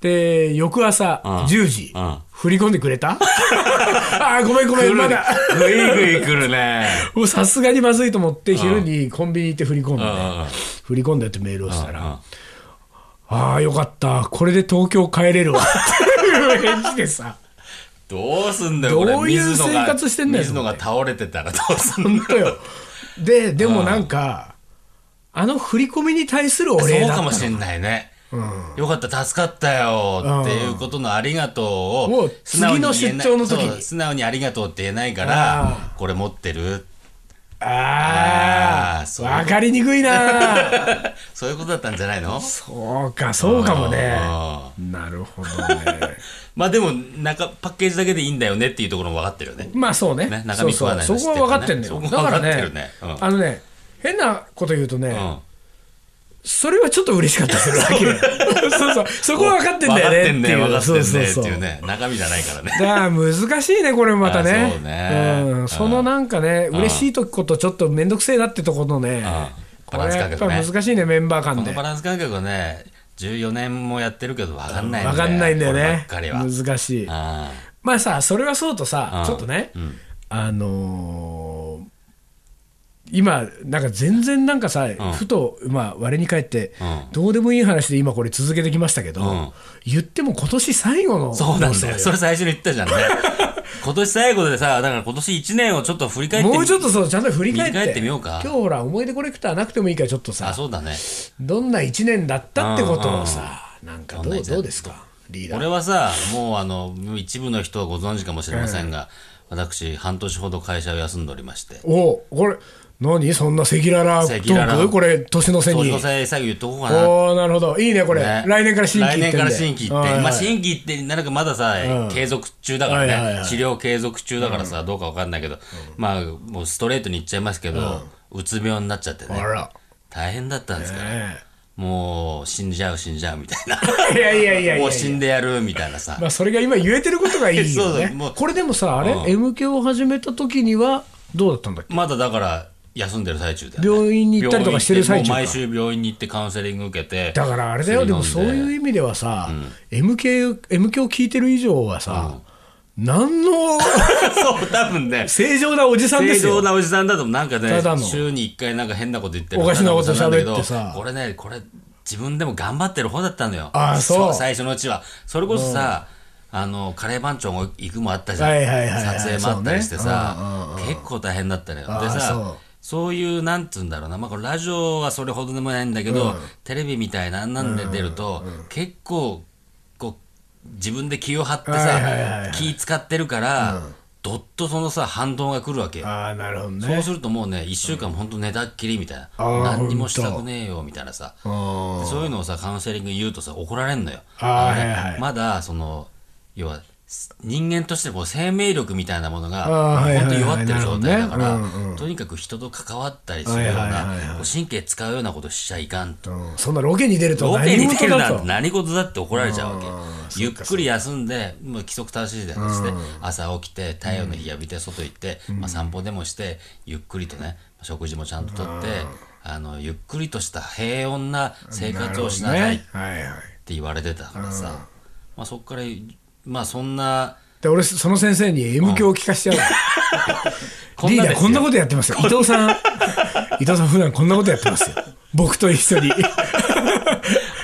[SPEAKER 1] で、翌朝
[SPEAKER 2] ん
[SPEAKER 1] 10時、
[SPEAKER 2] うん
[SPEAKER 1] 振り込んでくれた
[SPEAKER 2] <laughs>
[SPEAKER 1] ああ、ごめんごめん、まだ。
[SPEAKER 2] ぐいぐい来るね。
[SPEAKER 1] もうさすがにまずいと思って、昼にコンビニ行って振り込んで
[SPEAKER 2] うんうん
[SPEAKER 1] ね、振り込んだよってメールをした
[SPEAKER 2] うんうん
[SPEAKER 1] ら、ああ、よかった、これで東京帰れる
[SPEAKER 2] <laughs>
[SPEAKER 1] わっていう返事でさ、
[SPEAKER 2] どうすんだよ、これ
[SPEAKER 1] どういう
[SPEAKER 2] 水野が
[SPEAKER 1] 生活してんだよ
[SPEAKER 2] 水野が倒れてたらどうすん
[SPEAKER 1] 本
[SPEAKER 2] だ
[SPEAKER 1] 当よ。で、でもなんか、あの振り込みに対するお礼
[SPEAKER 2] そう
[SPEAKER 1] だ
[SPEAKER 2] か
[SPEAKER 1] っ
[SPEAKER 2] も
[SPEAKER 1] た
[SPEAKER 2] しれないね。よかった、助かったよっていうことのありがとうを、
[SPEAKER 1] もう
[SPEAKER 2] 素直に
[SPEAKER 1] 次の
[SPEAKER 2] 言えない
[SPEAKER 1] 出張の時に
[SPEAKER 2] そう素直にありがとうって言えないか
[SPEAKER 1] あ
[SPEAKER 2] ら、これ持ってる。あ
[SPEAKER 1] あ
[SPEAKER 2] ーそ
[SPEAKER 1] あ、
[SPEAKER 2] う
[SPEAKER 1] わかりにくいな。
[SPEAKER 2] <laughs> そういうことだったんじゃないの
[SPEAKER 1] そうか、そうかもね。
[SPEAKER 2] う
[SPEAKER 1] なるほどね。
[SPEAKER 2] まあでも、中、パッケージだけでいいんだよねっていうところも分かってるよね。
[SPEAKER 1] まあそうね。
[SPEAKER 2] ね中身食わない
[SPEAKER 1] そ
[SPEAKER 2] の
[SPEAKER 1] う
[SPEAKER 2] 知って
[SPEAKER 1] そうそ
[SPEAKER 2] るね
[SPEAKER 1] こは分かってんだよ。
[SPEAKER 2] そ
[SPEAKER 1] だ
[SPEAKER 2] こは
[SPEAKER 1] から
[SPEAKER 2] 分かって
[SPEAKER 1] ね
[SPEAKER 2] るねうん
[SPEAKER 1] あのね、変なこと言うとね、
[SPEAKER 2] うん。
[SPEAKER 1] それはちょっと嬉しかったりするわけ
[SPEAKER 2] <laughs>
[SPEAKER 1] よ <laughs> そうそう、そこは分かってんだよねっていう。
[SPEAKER 2] 分かってんだよ、分かってんだよって
[SPEAKER 1] そうそう
[SPEAKER 2] い
[SPEAKER 1] そう
[SPEAKER 2] うね。中身じゃないからね。
[SPEAKER 1] だから難しいね、これまた
[SPEAKER 2] あ
[SPEAKER 1] ね。
[SPEAKER 2] そうね
[SPEAKER 1] ん、そのなんかね、嬉しいときことちょっと面倒くせえなってとことね、こ
[SPEAKER 2] バラン
[SPEAKER 1] れ
[SPEAKER 2] ス
[SPEAKER 1] や
[SPEAKER 2] 感
[SPEAKER 1] っ
[SPEAKER 2] 覚
[SPEAKER 1] ぱ
[SPEAKER 2] ね
[SPEAKER 1] 難しいね、メンバー
[SPEAKER 2] こ
[SPEAKER 1] 間
[SPEAKER 2] の
[SPEAKER 1] で。
[SPEAKER 2] バランス感覚はね、14年もやってるけど分かんないんだ
[SPEAKER 1] 分
[SPEAKER 2] よ
[SPEAKER 1] かんないんだよ
[SPEAKER 2] これば
[SPEAKER 1] ね
[SPEAKER 2] っかり。は。
[SPEAKER 1] 難しい。
[SPEAKER 2] あ
[SPEAKER 1] まあさ、それはそうとさ
[SPEAKER 2] う、ん
[SPEAKER 1] ちょっとね、あのー今、なんか全然なんかさ、ふと、まあ、我に返って、
[SPEAKER 2] うん
[SPEAKER 1] どうでもいい話で今これ続けてきましたけど、
[SPEAKER 2] うん
[SPEAKER 1] 言っても今年最後の
[SPEAKER 2] あそうなんだよ。
[SPEAKER 1] 放送
[SPEAKER 2] それ最初に言ったじゃ
[SPEAKER 1] <laughs>
[SPEAKER 2] んね。今年最後でさ、だから今年1年をちょっと振り返ってみ
[SPEAKER 1] もうちょっとそう、ちゃんと振り返って。
[SPEAKER 2] 振り返ってみようか
[SPEAKER 1] 今日ほら、思い出コレクターなくてもいいから、ちょっと
[SPEAKER 2] あ、
[SPEAKER 1] さ、
[SPEAKER 2] そうだね。
[SPEAKER 1] どんな一年だったってことをさ、なんかど
[SPEAKER 2] どんな
[SPEAKER 1] う
[SPEAKER 2] 一年だった
[SPEAKER 1] どうですか、リーダー。
[SPEAKER 2] 俺はさ、もうあの、一部の人はご存知かもしれませんが、私、半年ほど会社を休んでおりまして。
[SPEAKER 1] おこれ、何そんな赤裸々ト
[SPEAKER 2] 赤裸
[SPEAKER 1] ー
[SPEAKER 2] 々
[SPEAKER 1] クこれ、年の瀬
[SPEAKER 2] そう
[SPEAKER 1] に。
[SPEAKER 2] いう最後言っとこうかな。
[SPEAKER 1] おおなるほど。いいね、これ。
[SPEAKER 2] ね
[SPEAKER 1] 来年から新規一点
[SPEAKER 2] 来年
[SPEAKER 1] で
[SPEAKER 2] から新規行っ
[SPEAKER 1] はいは
[SPEAKER 2] て、
[SPEAKER 1] い
[SPEAKER 2] まあ新規行って、なんかまださ
[SPEAKER 1] ん、
[SPEAKER 2] 継続中だから
[SPEAKER 1] はいはいは
[SPEAKER 2] ね
[SPEAKER 1] い、
[SPEAKER 2] 治療継続中だからさ、どうかわかんないけど、まあ、もうストレートに言っちゃいますけど、うつ病になっちゃってね
[SPEAKER 1] あ、ら。
[SPEAKER 2] 大変だったんですから、
[SPEAKER 1] ね
[SPEAKER 2] もう死んじゃう、死んじゃうみたいな、
[SPEAKER 1] えいやいやいやい
[SPEAKER 2] も
[SPEAKER 1] や
[SPEAKER 2] う。死んでやるみたいなさ
[SPEAKER 1] ま、あ、それが今言えてることがいい
[SPEAKER 2] <laughs> そ
[SPEAKER 1] よ
[SPEAKER 2] うだ
[SPEAKER 1] ね
[SPEAKER 2] よもう。
[SPEAKER 1] これでもさ、あれ、MK を始めた時には、どうだったんだっけ
[SPEAKER 2] まだだから、休んでる最中だよね
[SPEAKER 1] 病院に行ったりとかしてる最中か
[SPEAKER 2] 病院行ってもう毎週病院に行ってカウンセリング受けて、
[SPEAKER 1] だからあれだよ、でもそういう意味ではさ、MK, MK を聞いてる以上はさ、何
[SPEAKER 2] <laughs>
[SPEAKER 1] の
[SPEAKER 2] <laughs> そう、多分ね、
[SPEAKER 1] 正常なおじさんで
[SPEAKER 2] 正
[SPEAKER 1] す
[SPEAKER 2] 常
[SPEAKER 1] よ。
[SPEAKER 2] なおじさんだとなんかね
[SPEAKER 1] ただの
[SPEAKER 2] 週に1回なんか変なこと言ってる
[SPEAKER 1] おかしなこと
[SPEAKER 2] ただのおじさん
[SPEAKER 1] 喋って
[SPEAKER 2] なんだ
[SPEAKER 1] さ
[SPEAKER 2] けどこれねこれ自分でも頑張ってる方だったのよ
[SPEAKER 1] ああそう
[SPEAKER 2] 最初のうちはそれこそさ、あのカレー番長も行くもあったじゃん、
[SPEAKER 1] はいはいはいはい
[SPEAKER 2] 撮影もあったりしてさ、結構大変だったのよ
[SPEAKER 1] ああ
[SPEAKER 2] でさ
[SPEAKER 1] そう
[SPEAKER 2] そういう、なんつうんだろうな、まあ、これラジオはそれほどでもないんだけど、テレビみたいなあんなんで出ると、結構、こう、自分で気を張ってさ、
[SPEAKER 1] はいはいはいはい
[SPEAKER 2] 気使ってるから、どっとそのさ、反動が来るわけよ。
[SPEAKER 1] ああ、なるほど
[SPEAKER 2] そう
[SPEAKER 1] ね。
[SPEAKER 2] するともうね、1週間本当寝たっきりみたいな。
[SPEAKER 1] あー
[SPEAKER 2] 何にもしたくねえよみたいなさ。
[SPEAKER 1] うん
[SPEAKER 2] でそういうのをさ、カウンセリングに言うとさ、怒られんのよ。
[SPEAKER 1] あー
[SPEAKER 2] のね
[SPEAKER 1] はいはい
[SPEAKER 2] まだ、その、要は、す人間としてこう生命力みたいなものが、
[SPEAKER 1] あーはいはい
[SPEAKER 2] 本当弱ってる状態だから、
[SPEAKER 1] なるほどね
[SPEAKER 2] とにかく人と関わったりするよう
[SPEAKER 1] はいはい
[SPEAKER 2] な
[SPEAKER 1] はいはい、
[SPEAKER 2] こう神経使うようなことしちゃいかんと。
[SPEAKER 1] うんそんなロケに出ると
[SPEAKER 2] ロケ
[SPEAKER 1] 何
[SPEAKER 2] に出
[SPEAKER 1] 事
[SPEAKER 2] る
[SPEAKER 1] だ
[SPEAKER 2] なん
[SPEAKER 1] と
[SPEAKER 2] て。何事だって怒られちゃうわけ。ゆっくり休んで、もう規則正しいでして、朝起きて、太陽の日浴びて、外行って、まあ散歩でもして、ゆっくりとね、食事もちゃんととって、あの、ゆっくりとした平穏な生活をしなさいっ
[SPEAKER 1] ね。はいはい。
[SPEAKER 2] て言われてたからさ、まあそっから、まあそんな、
[SPEAKER 1] で、俺、その先生に M 教を聞かしちゃう。
[SPEAKER 2] こん
[SPEAKER 1] リ
[SPEAKER 2] な
[SPEAKER 1] ー
[SPEAKER 2] で
[SPEAKER 1] ダ
[SPEAKER 2] す
[SPEAKER 1] ー
[SPEAKER 2] よ
[SPEAKER 1] こんなことやってますよ。伊藤
[SPEAKER 2] <laughs>
[SPEAKER 1] さん、伊藤さん普段こんなことやってますよ。僕と一緒に。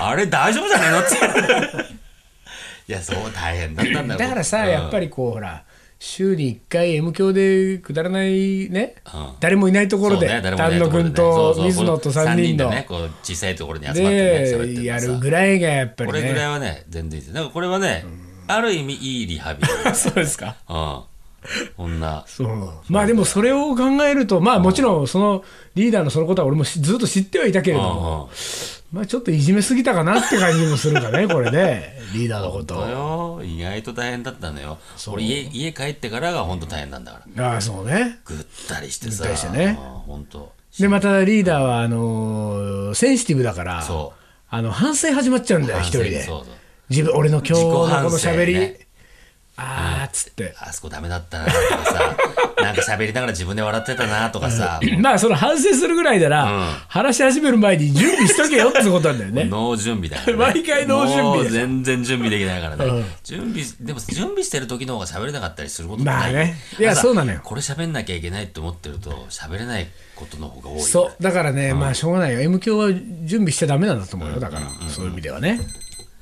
[SPEAKER 2] あれ大丈夫じゃないのって。 <laughs> いや、そう大変だったん
[SPEAKER 1] だ
[SPEAKER 2] だろう
[SPEAKER 1] からさ、
[SPEAKER 2] うん
[SPEAKER 1] やっぱりこうほら週に1回 M 教でくだらないね、
[SPEAKER 2] うん
[SPEAKER 1] 誰もいないところで、
[SPEAKER 2] そうね
[SPEAKER 1] 丹
[SPEAKER 2] 誰もいない
[SPEAKER 1] 野
[SPEAKER 2] ところ
[SPEAKER 1] 君
[SPEAKER 2] でねそう
[SPEAKER 1] と
[SPEAKER 2] そう
[SPEAKER 1] 水野と3人
[SPEAKER 2] で
[SPEAKER 1] の
[SPEAKER 2] ねこう小さいところに集まってね喋って
[SPEAKER 1] で
[SPEAKER 2] て
[SPEAKER 1] や
[SPEAKER 2] さ
[SPEAKER 1] るぐらいがやっぱり
[SPEAKER 2] これぐらい
[SPEAKER 1] ね
[SPEAKER 2] はね全然いいですなんかこれはねある意味いいリハビリ <laughs>
[SPEAKER 1] そうですか
[SPEAKER 2] うんこんな
[SPEAKER 1] そうまあでもそれを考えるとまあもちろんそのリーダーのそのことは俺もしずっと知ってはいたけれども、
[SPEAKER 2] う
[SPEAKER 1] まあちょっといじめすぎたかなって感じもするかねこれ
[SPEAKER 2] <laughs>
[SPEAKER 1] ねリーダーのこと
[SPEAKER 2] んうんよ意外と大変だったのよ俺家家帰ってからが本当大変なんだから
[SPEAKER 1] ああそうね
[SPEAKER 2] ぐったりして
[SPEAKER 1] ぐ
[SPEAKER 2] さ
[SPEAKER 1] ったりしてね
[SPEAKER 2] 本当
[SPEAKER 1] でまたリーダーはあのーセンシティブだから
[SPEAKER 2] そう
[SPEAKER 1] あの反省始まっちゃうんだよ一人で
[SPEAKER 2] そうそう
[SPEAKER 1] 自分俺の今日のこの喋り、
[SPEAKER 2] 自己反省ね
[SPEAKER 1] あーっつって。 <clears throat>
[SPEAKER 2] あそこダメだったなとかさなんか喋りながら自分で笑ってたなとか <laughs> さ
[SPEAKER 1] まあ、その反省するぐらいなら、話し始める前に準備しとけよってことなん
[SPEAKER 2] <laughs>
[SPEAKER 1] だよね。
[SPEAKER 2] 脳準備だから、ね、
[SPEAKER 1] <laughs> 毎回脳準備
[SPEAKER 2] もう全然準備できないからね、準備でも準備してる時の方が喋れなかったりすることもない
[SPEAKER 1] まあねいや
[SPEAKER 2] ただ
[SPEAKER 1] そうなのよ
[SPEAKER 2] これ喋んなきゃいけないって思ってると喋れないことの方が多いよね
[SPEAKER 1] そう、だからね、まあ、しょうがないよ。M 響は準備しちゃダメなんだと思うよ。だから、そういう意味ではね。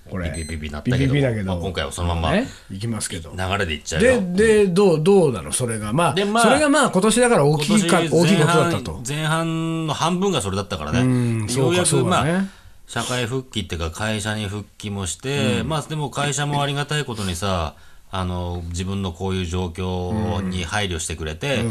[SPEAKER 1] これ。
[SPEAKER 2] ビビビなったけど
[SPEAKER 1] ビビビだけど
[SPEAKER 2] まあ今回はそのまま
[SPEAKER 1] ね、いきますけど。
[SPEAKER 2] 流れでいっちゃう
[SPEAKER 1] で、
[SPEAKER 2] よ
[SPEAKER 1] で、どう、どうなのそれが。まあ、
[SPEAKER 2] でまあ
[SPEAKER 1] それがまあ、今年だから大きいか、
[SPEAKER 2] 今年
[SPEAKER 1] 大きいことだった
[SPEAKER 2] 前半
[SPEAKER 1] と。
[SPEAKER 2] 前半の半分がそれだったから
[SPEAKER 1] ん
[SPEAKER 2] ね、ようや
[SPEAKER 1] そ
[SPEAKER 2] く、
[SPEAKER 1] うかそうだ
[SPEAKER 2] ま
[SPEAKER 1] ね
[SPEAKER 2] あ、社会復帰っていうか、会社に復帰もして、まあ、でも会社もありがたいことにさ、あの自分のこういう状況に配慮してくれて、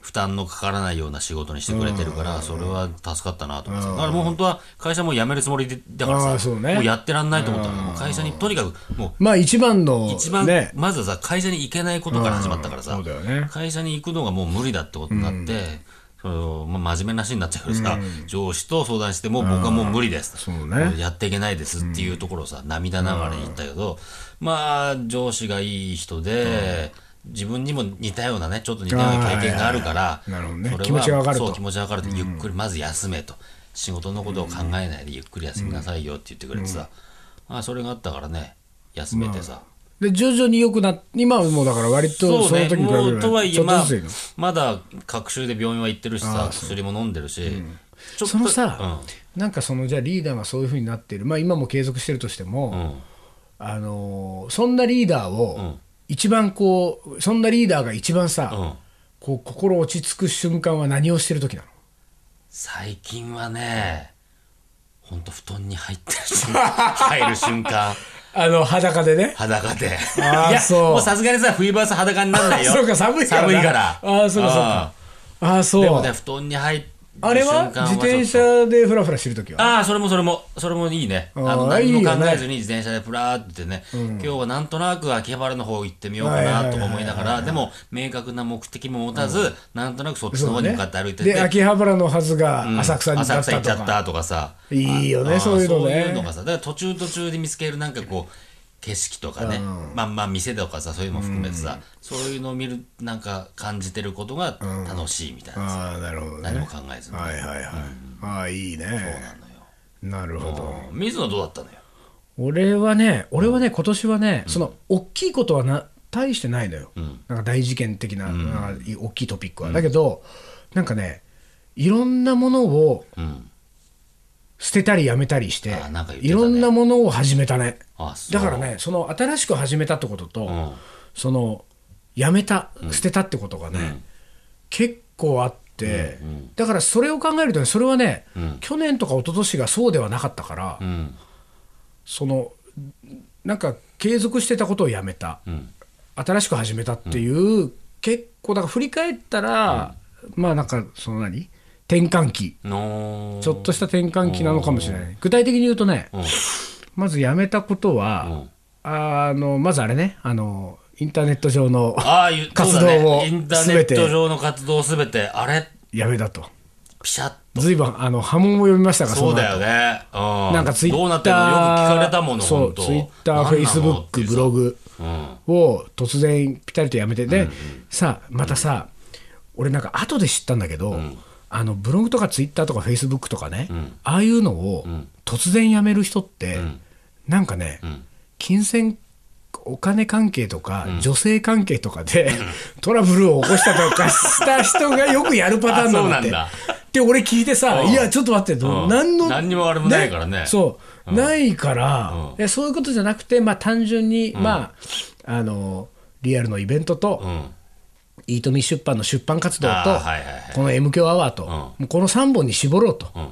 [SPEAKER 2] 負担のかからないような仕事にしてくれてるから、それは助かったなと思ってさだからもう本当は会社も辞めるつもりでだか
[SPEAKER 1] あー
[SPEAKER 2] らさ、
[SPEAKER 1] そうね
[SPEAKER 2] もうやってらんないと思ったのもう会社にとにかくもう
[SPEAKER 1] まあ、一番の、
[SPEAKER 2] 一番、
[SPEAKER 1] ね。
[SPEAKER 2] まずはさ会社に行けないことから始まったからさ、
[SPEAKER 1] うんそうだよね
[SPEAKER 2] 会社に行くのがもう無理だってことになって、そのまあ、真面目な話になっちゃうけどさ、上司と相談してもう僕はもう無理です、
[SPEAKER 1] そうね
[SPEAKER 2] もうやっていけないですっていうところをさ涙ながらに言ったけど、まあ上司がいい人で、自分にも似たようなねちょっと似たような経験があるから
[SPEAKER 1] あーはいはいはいなるほどね
[SPEAKER 2] それは
[SPEAKER 1] 気持ちがわかると
[SPEAKER 2] そう気持ちがわかるとゆっくりまず休めと仕事のことを考えないでゆっくり休みなさいよって言ってくれてさ、あそれがあったからね休めてさ、
[SPEAKER 1] で、徐々に良くなっ、今はもうだから割とその時に比べ
[SPEAKER 2] も
[SPEAKER 1] る
[SPEAKER 2] うとはい
[SPEAKER 1] ち
[SPEAKER 2] え、
[SPEAKER 1] ょっと
[SPEAKER 2] まあ
[SPEAKER 1] ずついいの。、
[SPEAKER 2] まだ隔週で病院は行ってるしさ、薬も飲んでるし、ちょっと
[SPEAKER 1] そのさ、なんかそのじゃあリーダーがそういうふうになっている、まあ、今も継続してるとしても、
[SPEAKER 2] うんうん
[SPEAKER 1] あのーそんなリーダー
[SPEAKER 2] う
[SPEAKER 1] を
[SPEAKER 2] ん
[SPEAKER 1] 一番こうそんなリーダーが一番さ、
[SPEAKER 2] うん
[SPEAKER 1] こう心落ち着く瞬間は何をしてる時なの
[SPEAKER 2] 最近はね、ほんと布団に入ってる
[SPEAKER 1] <laughs>
[SPEAKER 2] 瞬間、入る瞬間、
[SPEAKER 1] あの裸でね
[SPEAKER 2] 裸で。
[SPEAKER 1] あー
[SPEAKER 2] いや、
[SPEAKER 1] そう
[SPEAKER 2] もうさすがにさ、冬場はさ裸にならないよ。
[SPEAKER 1] <laughs> そうか寒いからな
[SPEAKER 2] 寒いから。
[SPEAKER 1] あーそうかそうかああ
[SPEAKER 2] うんで
[SPEAKER 1] そ
[SPEAKER 2] も
[SPEAKER 1] う、
[SPEAKER 2] ね、布団に入る瞬間
[SPEAKER 1] あれは
[SPEAKER 2] ちょっと
[SPEAKER 1] 自転車でふらふらしてる時は
[SPEAKER 2] ああ、それもそれも、それもいいね。
[SPEAKER 1] あー
[SPEAKER 2] あの
[SPEAKER 1] いい
[SPEAKER 2] 何
[SPEAKER 1] よ
[SPEAKER 2] も
[SPEAKER 1] ね
[SPEAKER 2] 考えずに自転車でプラーってね、今日はなんとなく秋葉原の方行ってみようか
[SPEAKER 1] はいはいはい
[SPEAKER 2] な
[SPEAKER 1] はい
[SPEAKER 2] とか思いながら、でも明確な目的も持たず、なんとなくそっちの方に向かって歩いてて、
[SPEAKER 1] で秋葉原のはず
[SPEAKER 2] うん
[SPEAKER 1] が浅草に行っちゃっ
[SPEAKER 2] 浅草
[SPEAKER 1] た
[SPEAKER 2] 行っ
[SPEAKER 1] と
[SPEAKER 2] ちゃっ
[SPEAKER 1] か、
[SPEAKER 2] たとかさ。
[SPEAKER 1] いいよね
[SPEAKER 2] あー
[SPEAKER 1] そういうのね
[SPEAKER 2] そういうのがさ、だから途中途中で見つけるなんかこう、景色とかね、まあまあ店とかさ、そういうのも含めてさ、そういうのを見る、なんか感じてることが楽しいみたいなさ、
[SPEAKER 1] ああなるほどね
[SPEAKER 2] 何も考えずに。
[SPEAKER 1] はいはいはい、ああいいねなるほど
[SPEAKER 2] うん水野どうだったのよ。
[SPEAKER 1] 俺はね、俺はね、今年はね、その大きいことはな大してないのよ、なんか大事件的な、なんか大きいトピックは。だけど、なんかね、いろんなものを
[SPEAKER 2] うん
[SPEAKER 1] 捨てたりやめたりして、
[SPEAKER 2] あなんか言ってたね
[SPEAKER 1] いろんなものを始めたね。
[SPEAKER 2] あそう
[SPEAKER 1] だからね、その新しく始めたってことと、
[SPEAKER 2] ん
[SPEAKER 1] そのやめた、捨てたってことがね、結構あって、だからそれを考えるとね、それはね、去年とか一昨年がそうではなかったから。
[SPEAKER 2] うん
[SPEAKER 1] そのなんか継続してたことをやめた、新しく始めたっていう、結構だから振り返ったら、まあなんかその何転換期
[SPEAKER 2] の
[SPEAKER 1] ちょっとした転換期なのかもしれない具体的に言うとね、
[SPEAKER 2] ん
[SPEAKER 1] まずやめたことは、あのまずあれねあのインターネット上の
[SPEAKER 2] ああいう
[SPEAKER 1] 活動
[SPEAKER 2] そうだ
[SPEAKER 1] を
[SPEAKER 2] ね、インターネット上の活動すべてあれ
[SPEAKER 1] やめたと
[SPEAKER 2] ピシャッ
[SPEAKER 1] 随分あの波紋を読みましたから
[SPEAKER 2] そう
[SPEAKER 1] の後
[SPEAKER 2] だよね、うん、
[SPEAKER 1] なんかツイッター
[SPEAKER 2] どうなってるのよく聞かれたもの
[SPEAKER 1] そう
[SPEAKER 2] 本当
[SPEAKER 1] ツイッターフェイスブックブロ
[SPEAKER 2] グ
[SPEAKER 1] グ
[SPEAKER 2] うん
[SPEAKER 1] を突然ピタリとやめてで、さあまたさ、俺なんか後で知ったんだけど、あのブログとかツイッターとかフェイスブックとかね、ああいうのを突然やめる人って、なんかね、金銭お金関係とか、女性関係とかで、 <laughs> トラブルを起こしたとかした人がよくやるパターンなんだっ
[SPEAKER 2] あそ
[SPEAKER 1] て。
[SPEAKER 2] うなんだ
[SPEAKER 1] で俺聞いてさ、
[SPEAKER 2] うん
[SPEAKER 1] いやちょっと待って、
[SPEAKER 2] うん
[SPEAKER 1] 何の
[SPEAKER 2] 何にもあれもないからね
[SPEAKER 1] そう、ないから、えそういうことじゃなくて、まあ、単純に、まあ、あのリアルのイベントと、
[SPEAKER 2] うん
[SPEAKER 1] イートミー出版の出版活動と、
[SPEAKER 2] あーはいはいはい
[SPEAKER 1] この M 響アワーと、もうこの3本に絞ろうと、
[SPEAKER 2] うんうん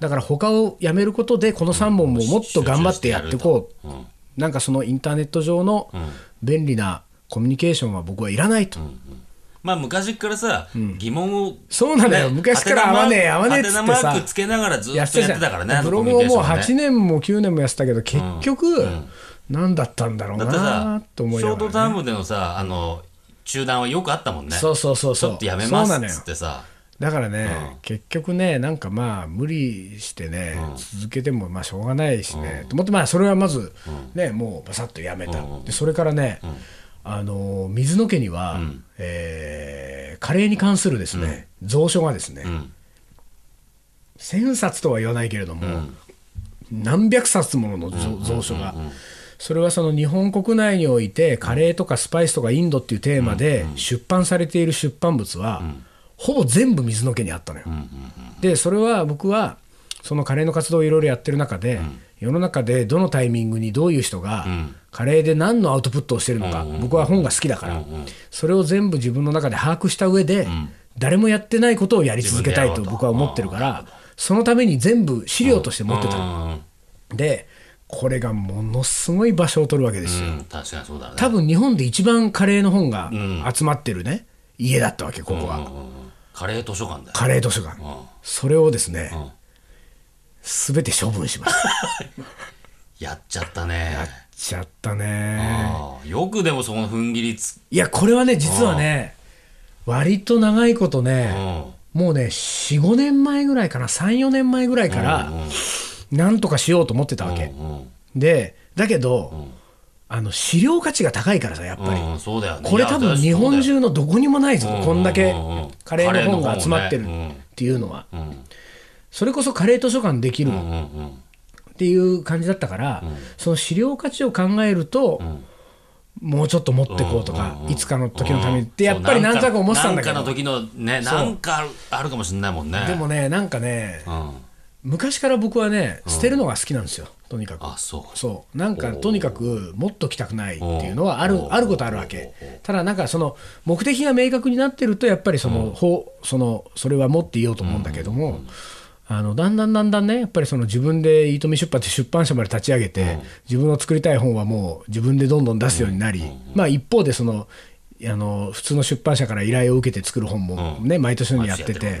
[SPEAKER 1] だから他をやめることで、この3本ももっと頑張ってやっていこう、
[SPEAKER 2] うん
[SPEAKER 1] なんかそのインターネット上の便利なコミュニケーションは僕はいらないと。
[SPEAKER 2] まあ昔からさ、疑問を
[SPEAKER 1] そうなのよ昔から合わねえ合わねえっつってさ
[SPEAKER 2] ハテナマークつけながらずっとやってたからね
[SPEAKER 1] ブログをもう8
[SPEAKER 2] 年
[SPEAKER 1] 年も9年もやってたけど、結局、何だったんだろう
[SPEAKER 2] だって
[SPEAKER 1] な
[SPEAKER 2] さ
[SPEAKER 1] と思い
[SPEAKER 2] ショ
[SPEAKER 1] な
[SPEAKER 2] ー
[SPEAKER 1] が
[SPEAKER 2] ト
[SPEAKER 1] ら、
[SPEAKER 2] ター
[SPEAKER 1] ね。
[SPEAKER 2] ムでのさあの中断はよくあったもんね
[SPEAKER 1] そうそうそうそう
[SPEAKER 2] ちょっとやめます
[SPEAKER 1] そうな
[SPEAKER 2] っ
[SPEAKER 1] のよ
[SPEAKER 2] つってさ
[SPEAKER 1] だからね、結局ね、なんかまあ、無理してね、続けてもまあしょうがないしね、と思って、まあ、それはまず、ね、もうバサッとやめた、でそれからね、あの水野家には、えーカレーに関するですね、蔵書がですね、
[SPEAKER 2] ん
[SPEAKER 1] 1000冊とは言わないけれども、何百冊もの蔵蔵書が、それはその日本国内において、カレーとかスパイスとかインドっていうテーマで出版されている出版物は、ほぼ全部水野家にあったのよ。で、それは僕は、そのカレーの活動をいろいろやってる中で、世の中でどのタイミングにどういう人が、カレーで何のアウトプットをしてるのか、僕は本が好きだから、それを全部自分の中で把握した上で、誰もやってないことをやり続けたいと僕は思ってるから、そのために全部資料として持ってたの。
[SPEAKER 2] うん
[SPEAKER 1] でこれがものすごい場所を取るわけですよ、
[SPEAKER 2] うん確かにそうだね
[SPEAKER 1] 多分日本で一番カレーの本が集まってるね、家だったわけここは、
[SPEAKER 2] うんうんうんカレー図書館だよ
[SPEAKER 1] カレー図書館、
[SPEAKER 2] ん
[SPEAKER 1] それをですね
[SPEAKER 2] ん
[SPEAKER 1] すべ、て処分しました
[SPEAKER 2] やっちゃったね
[SPEAKER 1] ちゃったね
[SPEAKER 2] ああよくでもその踏ん切りつ
[SPEAKER 1] いやこれはね実はね割と長いこと
[SPEAKER 2] う
[SPEAKER 1] ね、
[SPEAKER 2] ん
[SPEAKER 1] もうね45年前ぐらいかな34年前ぐらいから、なんとかしようと思ってたわけ、
[SPEAKER 2] うん
[SPEAKER 1] でだけど、あの資料価値が高いからさやっぱり、
[SPEAKER 2] うんそうだよね
[SPEAKER 1] これ多分日本中のどこにもないぞ
[SPEAKER 2] ん
[SPEAKER 1] こんだけ
[SPEAKER 2] うんうん
[SPEAKER 1] カレーの本が集まってる
[SPEAKER 2] カレーの本をね
[SPEAKER 1] っていうのは
[SPEAKER 2] うんうん
[SPEAKER 1] それこそカレー図書館できる
[SPEAKER 2] う
[SPEAKER 1] っ
[SPEAKER 2] んうん
[SPEAKER 1] ていう感じだったからその資料価値を考えるともうちょっと持ってこうとかいつかの時のためにってやっぱり何となく思ってたんだけ
[SPEAKER 2] なん
[SPEAKER 1] ど
[SPEAKER 2] かの時のねなんかあるかもしれないもんね
[SPEAKER 1] でもねなんかね
[SPEAKER 2] うん
[SPEAKER 1] 昔から僕はね捨てるのが好きなんですよとにかく
[SPEAKER 2] あそう
[SPEAKER 1] そうなんかとにかく持っときたくないっていうのはあ
[SPEAKER 2] お
[SPEAKER 1] る
[SPEAKER 2] うおう
[SPEAKER 1] あることあるわけただなんかその目的が明確になってるとやっぱりその、ほうそのそれは持っていようと思うんだけども、あのだんだんだんだんねやっぱりその自分で飯富出版って出版社まで立ち上げて、自分の作りたい本はもう自分でどんどん出すようになり、まあ一方でそのあの普通の出版社から依頼を受けて作る本もね、毎年のようにやってて。
[SPEAKER 2] もんね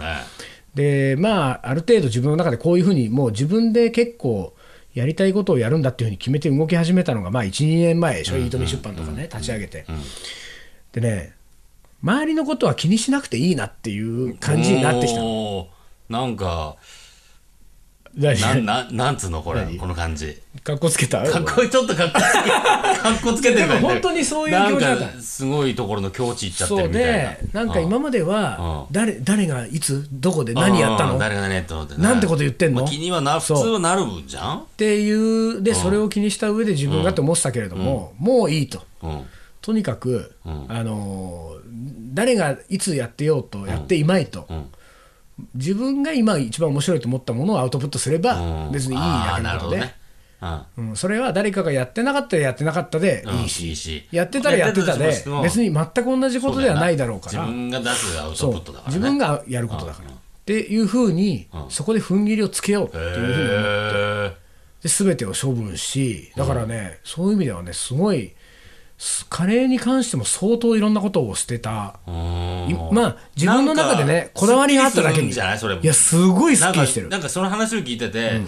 [SPEAKER 1] でまあある程度自分の中でこういうふうにもう自分で結構やりたいことをやるんだっていうふうに決めて動き始めたのが、まあ、12年前でしょ、飯富出版とかね立ち上げて、でね周りのことは気にしなくていいなっていう感じになってきた
[SPEAKER 2] おーなん
[SPEAKER 1] <laughs>
[SPEAKER 2] か
[SPEAKER 1] 大丈
[SPEAKER 2] な
[SPEAKER 1] <laughs> 夫
[SPEAKER 2] ななんつうのこれこの感じ
[SPEAKER 1] かっこつけた
[SPEAKER 2] かっこいいちょっとかっこつ
[SPEAKER 1] <laughs>
[SPEAKER 2] けかっこつけてる
[SPEAKER 1] でも本当にそういう
[SPEAKER 2] な
[SPEAKER 1] 気持
[SPEAKER 2] ん
[SPEAKER 1] ちだ
[SPEAKER 2] か
[SPEAKER 1] った
[SPEAKER 2] すごいところの境地行っちゃっ
[SPEAKER 1] そ
[SPEAKER 2] て
[SPEAKER 1] う
[SPEAKER 2] るみたい
[SPEAKER 1] で
[SPEAKER 2] な
[SPEAKER 1] なんか今までは
[SPEAKER 2] うん
[SPEAKER 1] 誰誰がいつどこで何やった
[SPEAKER 2] うん
[SPEAKER 1] のっ
[SPEAKER 2] 誰が何やったのってね
[SPEAKER 1] なんてこと言ってんの
[SPEAKER 2] まあ気にはな普通はなるじゃん
[SPEAKER 1] ていうでそれを気にした上で自分がと思ってたけれども、もういいと。
[SPEAKER 2] うん
[SPEAKER 1] とにかく、あのー誰がいつやってようとやっていまいと、
[SPEAKER 2] ん
[SPEAKER 1] 自分が今一番面白いと思ったものをアウトプットすれば別にいいだ
[SPEAKER 2] あ
[SPEAKER 1] け
[SPEAKER 2] ーな
[SPEAKER 1] な
[SPEAKER 2] る
[SPEAKER 1] の
[SPEAKER 2] ほ
[SPEAKER 1] で、
[SPEAKER 2] どねうん
[SPEAKER 1] うん、それは誰かがやってなかったらやってなかったでいいし、
[SPEAKER 2] うんいいし
[SPEAKER 1] やってたらやってたで
[SPEAKER 2] やってたとしても
[SPEAKER 1] 別に全く同じことではないだろうから
[SPEAKER 2] 自分が出すアウ
[SPEAKER 1] そ
[SPEAKER 2] ト
[SPEAKER 1] う
[SPEAKER 2] プットだからね
[SPEAKER 1] 自分がやることだから、っていうふうに、そこで踏ん切りをつけようっていうふうに思って
[SPEAKER 2] へ
[SPEAKER 1] で全てを処分しだからね、そういう意味ではねすごいすカレーに関しても相当いろんなことを捨てた、
[SPEAKER 2] ー
[SPEAKER 1] いまあ自分の中で
[SPEAKER 2] なん
[SPEAKER 1] ね
[SPEAKER 2] か
[SPEAKER 1] こだわりがあっただけ
[SPEAKER 2] すっき
[SPEAKER 1] に
[SPEAKER 2] りするんじゃないそれも
[SPEAKER 1] やすごいす
[SPEAKER 2] な
[SPEAKER 1] っ
[SPEAKER 2] ん
[SPEAKER 1] き
[SPEAKER 2] か
[SPEAKER 1] りしてる
[SPEAKER 2] なんかその話を聞いてて、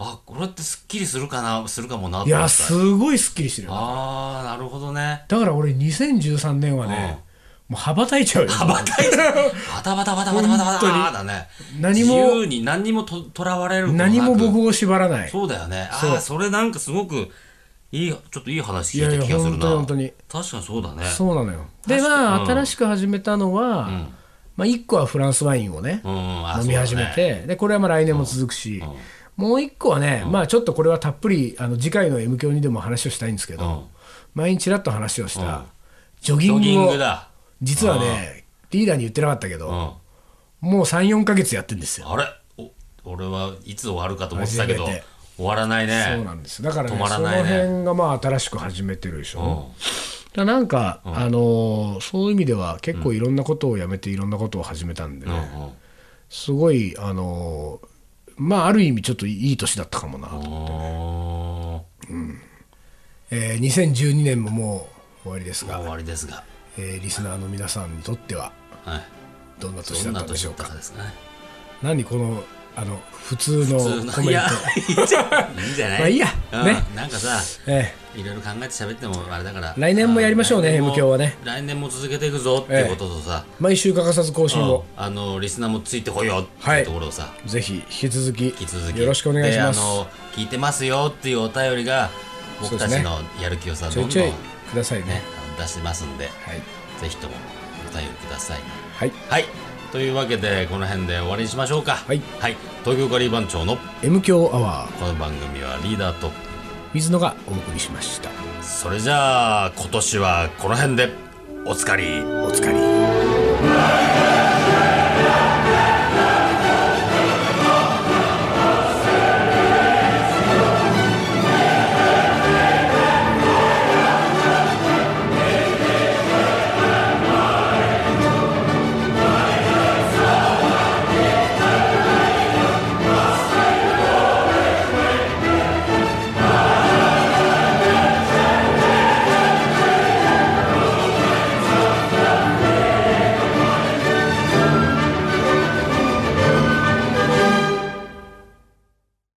[SPEAKER 2] あこれってすっきりするかなするかもなと思っ
[SPEAKER 1] い
[SPEAKER 2] た
[SPEAKER 1] やすごいすっきりしてるよ
[SPEAKER 2] ああなるほどね
[SPEAKER 1] だから俺2013年はね、もう羽ばたいちゃうよ
[SPEAKER 2] 羽ばたいてバタバタバタバタバタバタだね
[SPEAKER 1] 何も
[SPEAKER 2] 自由に何にもととらわれることなく
[SPEAKER 1] <laughs> 何も僕を縛らない
[SPEAKER 2] そうだよねああそれなんかすごくいいちょっといい話聞い
[SPEAKER 1] い
[SPEAKER 2] た
[SPEAKER 1] やいや
[SPEAKER 2] 気がす
[SPEAKER 1] 本
[SPEAKER 2] るな
[SPEAKER 1] 当に本当に
[SPEAKER 2] 確かにそうだね
[SPEAKER 1] そうなのよでまあ新しく始めたのは、まあ、1個はフランスワインをね、
[SPEAKER 2] うんうんあ
[SPEAKER 1] 飲み始めて、でこれはまあ来年も続くし、もう一個はね、まあ、ちょっとこれはたっぷりあの次回の M 教にでも話をしたいんですけど、
[SPEAKER 2] うん
[SPEAKER 1] 前にちらっと話をした、ジョギ
[SPEAKER 2] ジョギ
[SPEAKER 1] ング
[SPEAKER 2] ン
[SPEAKER 1] を
[SPEAKER 2] グだ
[SPEAKER 1] 実はね、リーダーに言ってなかったけ
[SPEAKER 2] うん
[SPEAKER 1] ど、もう34か月やってるんですよ、
[SPEAKER 2] あれお俺はいつ終わるかと思ってたけど
[SPEAKER 1] 初めて
[SPEAKER 2] 終わらないね
[SPEAKER 1] そうなんですだからね
[SPEAKER 2] 止まら
[SPEAKER 1] その
[SPEAKER 2] ないね
[SPEAKER 1] 辺がまあ新しく始めてるでしょ、
[SPEAKER 2] うん
[SPEAKER 1] だからなんか、あのーそういう意味では結構いろんなことをやめていろんなことを始めたんでね、
[SPEAKER 2] うん
[SPEAKER 1] すごいあのーまあある意味ちょっといい年だったかもなと
[SPEAKER 2] も
[SPEAKER 1] えー2012年ももう終わりです
[SPEAKER 2] う
[SPEAKER 1] が、
[SPEAKER 2] 終わりですが、
[SPEAKER 1] えーリスナーの皆さんにとっては
[SPEAKER 2] はい、
[SPEAKER 1] どんな年
[SPEAKER 2] ど
[SPEAKER 1] だっ
[SPEAKER 2] んな
[SPEAKER 1] たんで
[SPEAKER 2] 年
[SPEAKER 1] し
[SPEAKER 2] だ
[SPEAKER 1] ょう
[SPEAKER 2] った
[SPEAKER 1] か
[SPEAKER 2] かですかね。
[SPEAKER 1] 何このあの普通の
[SPEAKER 2] 普通の
[SPEAKER 1] コメン
[SPEAKER 2] い
[SPEAKER 1] ト
[SPEAKER 2] や、いいじゃんいいんじゃない。
[SPEAKER 1] まあいいや
[SPEAKER 2] うん
[SPEAKER 1] ね
[SPEAKER 2] なんかさ、
[SPEAKER 1] え
[SPEAKER 2] いろいろ考えて喋ってもあれだから。
[SPEAKER 1] 来年もやりましょうね
[SPEAKER 2] あー
[SPEAKER 1] M 響はね。
[SPEAKER 2] 来年も来年も続けていくぞっていうこととさ、
[SPEAKER 1] ー毎週欠かさず更新
[SPEAKER 2] うん
[SPEAKER 1] を、
[SPEAKER 2] あのリスナーもついてこいよって
[SPEAKER 1] は
[SPEAKER 2] いう
[SPEAKER 1] い
[SPEAKER 2] ところをさ、
[SPEAKER 1] ぜひ引き続き
[SPEAKER 2] 引き続き
[SPEAKER 1] よろしくお願いします
[SPEAKER 2] であの聞いてますよっていうお便りが僕たちのやる気をさ、
[SPEAKER 1] ち
[SPEAKER 2] ど
[SPEAKER 1] ょい
[SPEAKER 2] ん
[SPEAKER 1] ち
[SPEAKER 2] どん
[SPEAKER 1] ょい
[SPEAKER 2] ね
[SPEAKER 1] くださいね
[SPEAKER 2] あの出してますんで、
[SPEAKER 1] はい
[SPEAKER 2] ぜひともお便りください。
[SPEAKER 1] はい
[SPEAKER 2] はい。というわけで、この辺で終わりにしましょうか。
[SPEAKER 1] はい
[SPEAKER 2] 東京カリー番長の
[SPEAKER 1] M 強アワー
[SPEAKER 2] この番組はリーダーと、
[SPEAKER 1] 水野がお送りしました
[SPEAKER 2] それじゃあ、今年はこの辺で、おつかり。
[SPEAKER 1] お疲れ